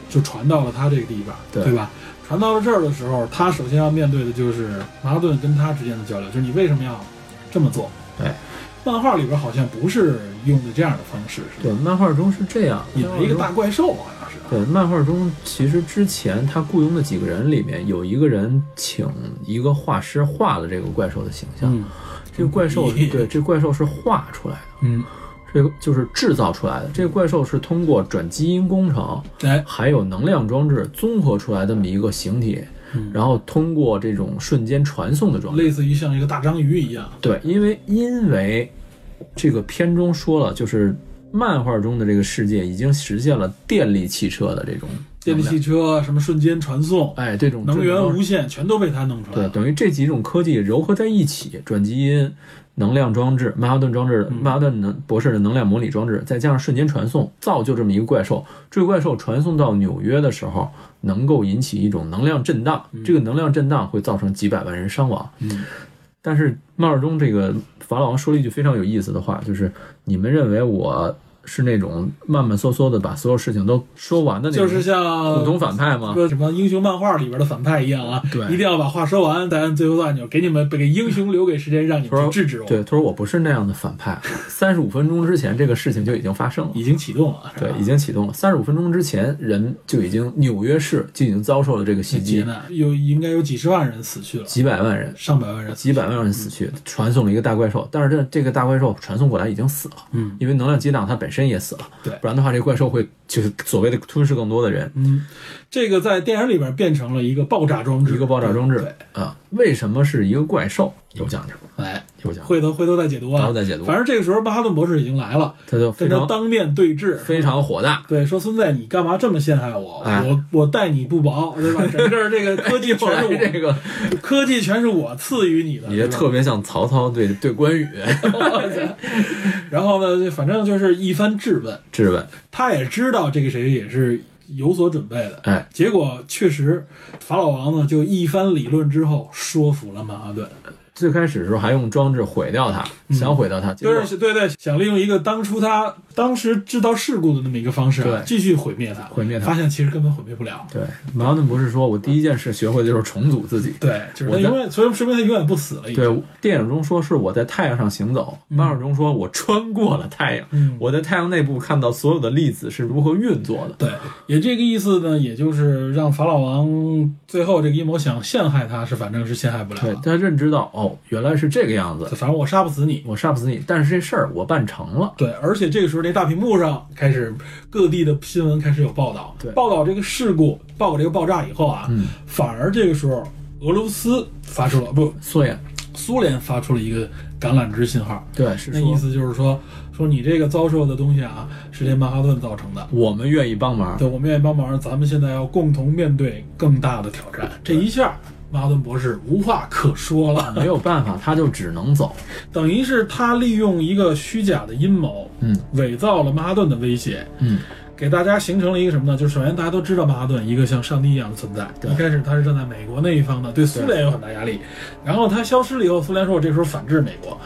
就传到了他这个地方，
对
吧？传到了这儿的时候，他首先要面对的就是曼哈顿跟他之间的交流，就是你为什么要这么做？
哎，
漫画里边好像不是用的这样的方式，是吧？
对，漫画中是这样，
引了一个大怪兽，好像是。
对，漫画中其实之前他雇佣的几个人里面，有一个人请一个画师画了这个怪兽的形象。
嗯
这个怪兽
真诡异
对，这怪兽是画出来的，
嗯，
这个就是制造出来的。这个怪兽是通过转基因工程
哎，
还有能量装置综合出来这么一个形体，
嗯
然后通过这种瞬间传送的状态。
类似于像一个大章鱼一样，
对，因为因为这个片中说了，就是漫画中的这个世界已经实现了电力汽车的这种
电力
能量，
汽车什么瞬间传送，
哎，这种
能源
这种
无限，全都被他弄出来
对，
了。
等于这几种科技糅合在一起，转基因、能量装置、曼哈顿装
嗯
置、曼哈顿能博士的能量模拟装置，再加上瞬间传送，造就这么一个怪兽。这个怪兽传送到纽约的时候，能够引起一种能量震荡，这个能量震荡会造成几百万人伤亡。
嗯
但是漫画中这个法老王说了一句非常有意思的话，就是你们认为我是那种慢慢嗦嗦的把所有事情都说完的那种
就是呃像
普通反派吗？
说什么英雄漫画里边的反派一样啊，
啊对
一定要把话说完，再按最后的按钮，给你们给英雄留给时间，让你
他
们
说
去制止我。
对，他说我不是那样的反派。 三十五分钟之前，这个事情就已经发生了。
已经启动了，是吧
对，已经启动了。三十五分钟之前，人就已经纽约市就已经遭受了这个袭
很劫
击，
难，有应该有几十万人死去了，
几百万人，
上百万人死去
几
了，
百万人死去，传送了一个大怪兽。但是这这个大怪兽传送过来已经死了，
嗯
因为能量激荡，它本身也死了。
对
不然的话，这怪兽会就是所谓的吞噬更多的人。
嗯，这个在电影里边变成了一个爆炸装置，
一个爆炸装置
对，
啊，为什么是一个怪兽？有讲究，
哎，
有讲究，
回头回头再解读
然
啊
后，再解读，
反正这个时候曼哈顿博士已经来了，
他就非
跟他
常
当面对质，
非常火大。
对，说孙子，你干嘛这么陷害我？
哎
我我待你不薄，对吧？整个这个科技全是
全
我，
是这个，
科技全是我赐予你的。
你这
对吧
特别像曹操对对关羽
然后呢，就反正就是一番质问。
质问。
他也知道这个谁也是有所准备的，
哎，
结果确实，法老王呢就一番理论之后说服了曼哈顿，
最开始的时候还用装置毁掉它，
嗯
想毁掉它，结果
对对对，想利用一个当初他当时制造事故的那么一个方式啊，
对
继续毁灭它，
毁灭它
发现其实根本毁灭不了。
对，矛盾不是说我第一件事学会的就是重组自己。
对，就是
我
他
在
永远，所以说明他永远不死了。已经
对，电影中说是我在太阳上行走，漫画中说我穿过了太阳，
嗯
我在太阳内部看到所有的粒子是如何运作的。
对，也这个意思呢，也就是让法老王最后这个阴谋想陷害他是，反正是陷害不了
对
了。，
他认知到哦，原来是这个样子，
反正我杀不死你。
我杀不死你，但是这事儿我办成了。
对，而且这个时候，这大屏幕上开始各地的新闻开始有报道，
对
报道这个事故，报道这个爆炸以后啊，
嗯
反而这个时候，俄罗斯发出了不，
苏联
苏联发出了一个橄榄枝信号，
对是
那
说
意思就是说，说你这个遭受的东西啊，是这曼哈顿造成的。
我们愿意帮忙。
对，我们愿意帮忙，咱们现在要共同面对更大的挑战。这一下，曼哈顿博士无话可说了。
没有办法，他就只能走。
等于是他利用一个虚假的阴谋，
嗯，
伪造了曼哈顿的威胁，
嗯，
给大家形成了一个什么呢？就是首先大家都知道曼哈顿一个像上帝一样的存在，
对
一开始他是站在美国那一方的，对苏联有很大压力，然后他消失了以后，苏联说我这时候反制美国，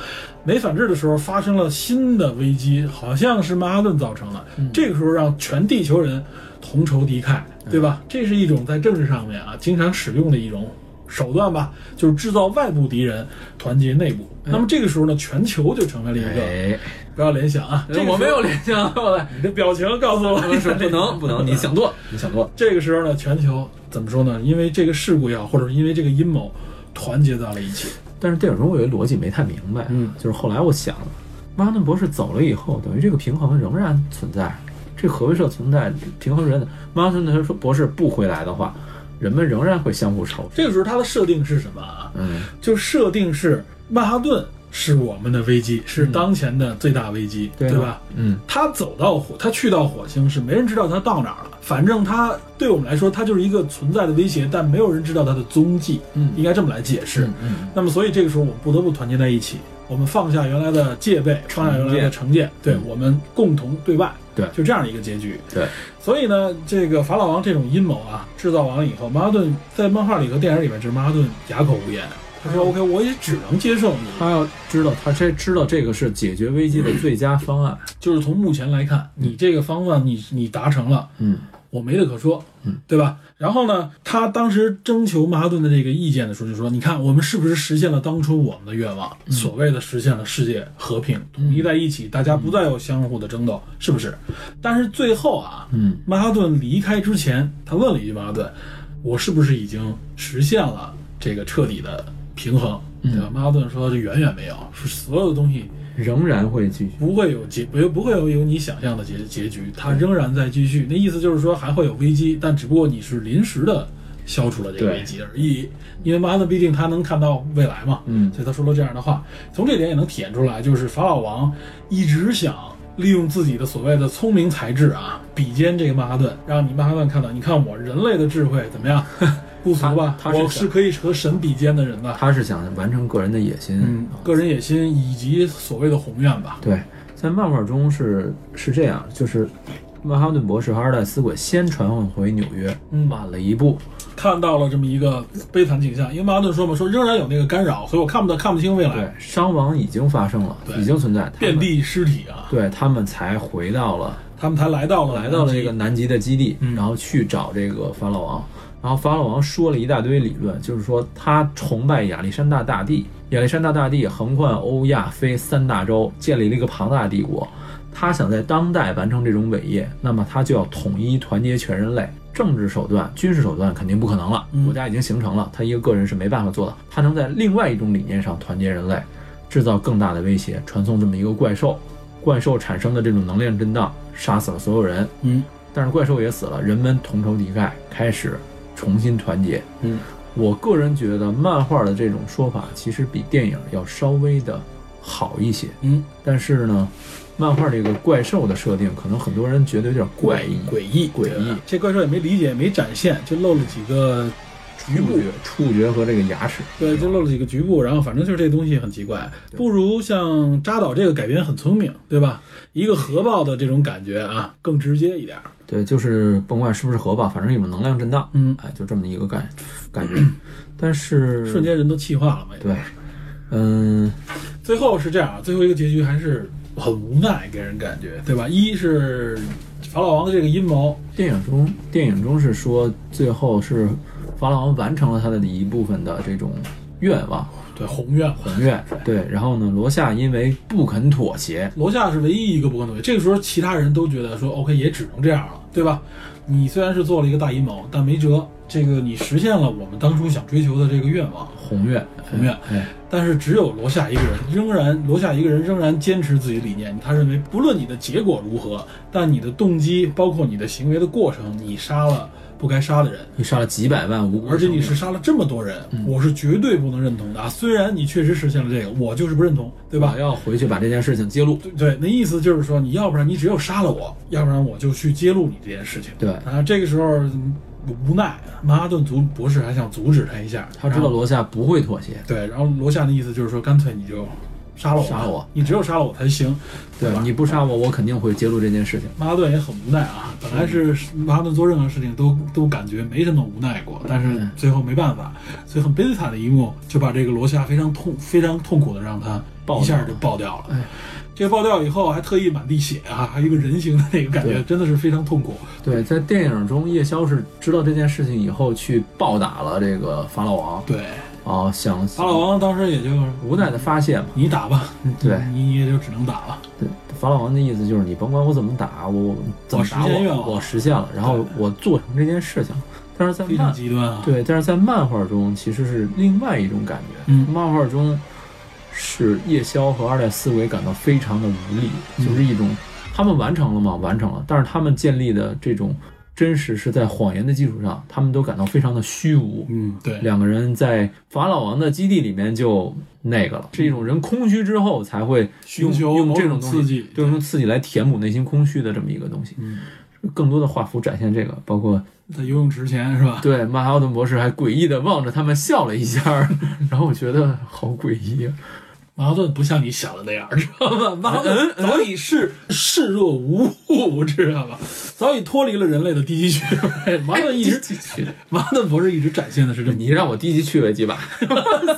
没反制的时候发生了新的危机，好像是曼哈顿造成的，
嗯
这个时候让全地球人同仇敌忾，对吧？这是一种在政治上面啊经常使用的一种手段吧，就是制造外部敌人，团结内部。那么这个时候呢，全球就成为了一个，
哎，
不要联想啊，这个时候
我没有联想，我来，
你的表情告诉我，
不是不 能不能， 你想多了，你想多了。
这个时候呢，全球怎么说呢？因为这个事故也好，或者是因为这个阴谋，团结到了一起。
但是电影中我有一逻辑没太明白，
嗯
就是后来我想，曼哈顿博士走了以后，等于这个平衡仍然存在，这个核威慑存在，平衡人，曼哈顿他说博士不回来的话，人们仍然会相互仇视。
这个时候它的设定是什么啊？
嗯，
就设定是曼哈顿是我们的危机，是当前的最大危机，
嗯对啊
对吧？
嗯，
他走到火，他去到火星是没人知道他到哪儿了。反正他对我们来说，他就是一个存在的威胁，但没有人知道他的踪迹。
嗯
应该这么来解释。
嗯嗯
那么，所以这个时候我们不得不团结在一起，我们放下原来的戒备，放下原来的成见，对
嗯
我们共同对外。
对
就这样一个结局。
对，
所以呢，这个法老王这种阴谋啊，制造完了以后，曼哈顿在漫画里和电影里面，就是曼哈顿哑口无言。他
嗯
说：“OK，我也只能接受你。
他要知道，他这知道这个是解决危机的最佳方案。
就是从目前来看，你这个方案你你达成了，
嗯，
我没得可说，
嗯，
对吧？然后呢，他当时征求曼哈顿的这个意见的时候，就说：“你看，我们是不是实现了当初我们的愿望？所谓的实现了世界和平，统一在一起，大家不再有相互的争斗，是不是？”但是最后啊，
嗯，
曼哈顿离开之前，他问了一句曼哈顿：“我是不是已经实现了这个彻底的平衡？”对吧？曼哈顿说：“这远远没有，是所有的东西
仍然会继续。
不会有结，不不会有有你想象的结结局，它仍然在继续。那意思就是说还会有危机，但只不过你是临时的消除了这个
对
危机而已。因为马哈顿毕竟他能看到未来嘛，
嗯
所以他说了这样的话。从这点也能体现出来，就是法老王一直想利用自己的所谓的聪明才智啊，比肩这个曼哈顿，让你曼哈顿看到，你看我人类的智慧怎么样， 不俗吧？
他他是
我
想
是可以和神比肩的人的。
他是想完成个人的野心。
嗯，个人野心以及所谓的宏愿吧。
对，在漫画中是是这样，就是曼哈顿博士和二代死鬼先传唤回纽约，
嗯
晚了一步。
看到了这么一个悲惨景象，因为马顿说嘛，说仍然有那个干扰，所以我看不到看不清未
对
来，，
伤亡已经发生了，
对
已经存在，他们
遍。地尸体啊，
对他们才回到了
他们才来到了
来到了这个南极的基地，
嗯
然后去找这个法老王。然后法老王说了一大堆理论，就是说他崇拜亚历山大大帝，亚历山大大帝横贯欧亚非三大洲，建立了一个庞大的帝国。他想在当代完成这种伟业，那么他就要统一团结全人类。政治手段、军事手段肯定不可能了，
嗯
国家已经形成了，他一个个人是没办法做的。他能在另外一种理念上团结人类，制造更大的威胁，传送这么一个怪兽，怪兽产生的这种能量震荡，杀死了所有人，
嗯
但是怪兽也死了，人们同仇敌忾，开始重新团结。
嗯，
我个人觉得漫画的这种说法其实比电影要稍微的好一些，
嗯，
但是呢，漫画这个怪兽的设定，可能很多人觉得有点怪异、
诡异
诡异，
这怪兽也没理解，也没展现，就露了几个局
触
部
觉、，触觉和这个牙齿。
对，就露了几个局部，然后反正就是这东西很奇怪，不如像扎导这个改编很聪明，对吧？一个核爆的这种感觉啊，更直接一点儿，
对，就是甭管是不是核吧，反正有种能量震荡，
嗯，
哎，就这么一个感感觉。但是
瞬间人都气化了嘛，也
对，嗯，
最后是这样啊，最后一个结局还是很无奈，给人感觉，对吧？一是法老王的这个阴谋，
电影中电影中是说最后是法老王完成了他的一部分的这种愿望
对宏愿，
宏愿，对，然后呢，罗夏因为不肯妥协，
罗夏是唯一一个不可能为。这个时候，其他人都觉得说，OK，也只能这样了，对吧？你虽然是做了一个大阴谋，但没辙，这个你实现了我们当初想追求的这个愿望，
宏愿，
宏愿
哎，
但是只有罗夏一个人，仍然罗夏一个人仍然坚持自己理念。他认为，不论你的结果如何，但你的动机，包括你的行为的过程，你杀了不该杀的人，
你杀了几百万无辜
而且
生
你
命，
是杀了这么多人，
嗯
我是绝对不能认同的。啊！虽然你确实实现了这个，我就是不认同，对吧
我？要回去把这件事情揭露，
对对，那意思就是说，你要不然你只有杀了我，要不然我就去揭露你这件事情。
对
啊，这个时候嗯无奈，曼哈顿族博士还想阻止他一下，
他知
然
道
后
罗夏不会妥协，
对，然后罗夏的意思就是说，干脆你就杀了我吧，
杀了我
你只有杀了我才行，
对
吧？
你不杀我，我肯定会揭露这件事情。
曼哈顿也很无奈啊，本来是
嗯
曼哈顿做任何事情都都感觉没什么无奈过，但是
嗯
最后没办法，所以很悲惨的一幕就把这个罗夏非常痛非常痛苦的让他
爆
一下
掉
就
了
爆掉了
哎。
这个爆掉以后还特意满地血啊，还有一个人形的那个感觉，
对
真的是非常痛苦。
对，在电影中，夜枭是知道这件事情以后去暴打了这个法老王
对，
啊，想
法老王嗯当时也就
无奈的发泄嘛。
你打吧，
对
你也就只能打了。
对，法老王的意思就是你甭管我怎么打，我怎么打
我实现愿
我，
望
我实现了，然后我做成这件事情。但是在
非常
漫
极端啊，
对，但是在漫画中其实是另外一种感觉。
嗯
漫画中是夜枭和二代思维感到非常的无力，就是一种他们完成了吗？完成了，但是他们建立的这种真实是在谎言的基础上，他们都感到非常的虚无。
嗯，对，
两个人在法老王的基地里面就那个了，是一种人空虚之后才会
寻
用
求
用
某
这种
种
东
刺
西
激，
这种刺激来填补内心空虚的这么一个东西。
嗯，
更多的画幅展现这个，包括
在游泳池前是吧？
对曼哈顿博士还诡异的望着他们笑了一下儿， 然后我觉得好诡异啊。
曼哈顿不像你想的那样，知道吧？曼哈顿早已是视若无物，知道吧？早已脱离了人类的低级趣味。曼哈顿一直，曼哎哈顿博士一直展现的是这么
你让我低级趣味几把，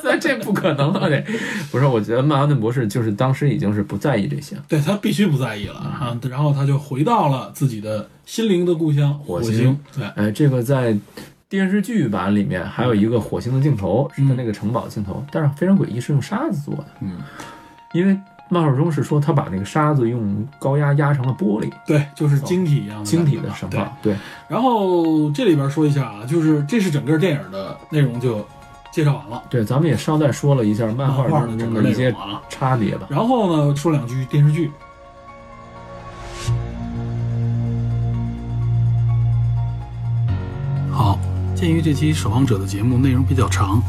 那这不可能了，这不是？我觉得曼哈顿博士就是当时已经是不在意这些了。
对他必须不在意了啊，然后他就回到了自己的心灵的故乡火
火星
对，
哎，这个在电视剧版里面还有一个火星的镜头，是他那个城堡镜头，但是非常诡异，是用沙子做的。
嗯，
因为漫画中是说他把那个沙子用高压压成了玻璃，
对，就是哦晶体一样的
晶体
感觉
的
嘛
城
对
堡。对，
然后这里边说一下啊，就是这是整个电影的内容就介绍完了，
对，咱们也捎带说了一下漫画
的
当
整
中
个
的一
内
些
容啊。
差别吧。
然后呢，说两句电视剧。好，鉴于这期《守望者》的节目内容比较长，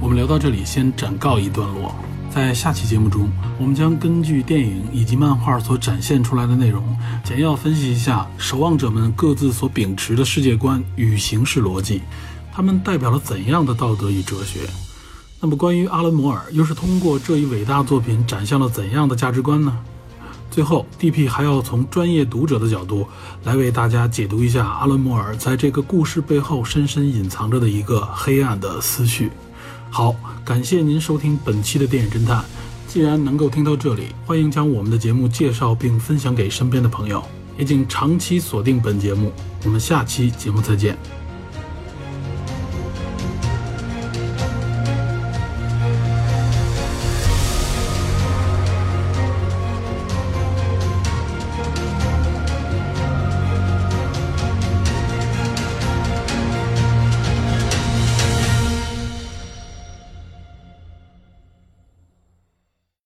我们聊到这里先暂告一段落。在下期节目中，我们将根据电影以及漫画所展现出来的内容，简要分析一下守望者们各自所秉持的世界观与行事逻辑，他们代表了怎样的道德与哲学。那么，关于阿伦·摩尔，又是通过这一伟大作品展现了怎样的价值观呢？最后，DP 还要从专业读者的角度来为大家解读一下阿伦·摩尔在这个故事背后深深隐藏着的一个黑暗的思绪。好，感谢您收听本期的电影侦探。既然能够听到这里，欢迎将我们的节目介绍并分享给身边的朋友，也请长期锁定本节目。我们下期节目再见。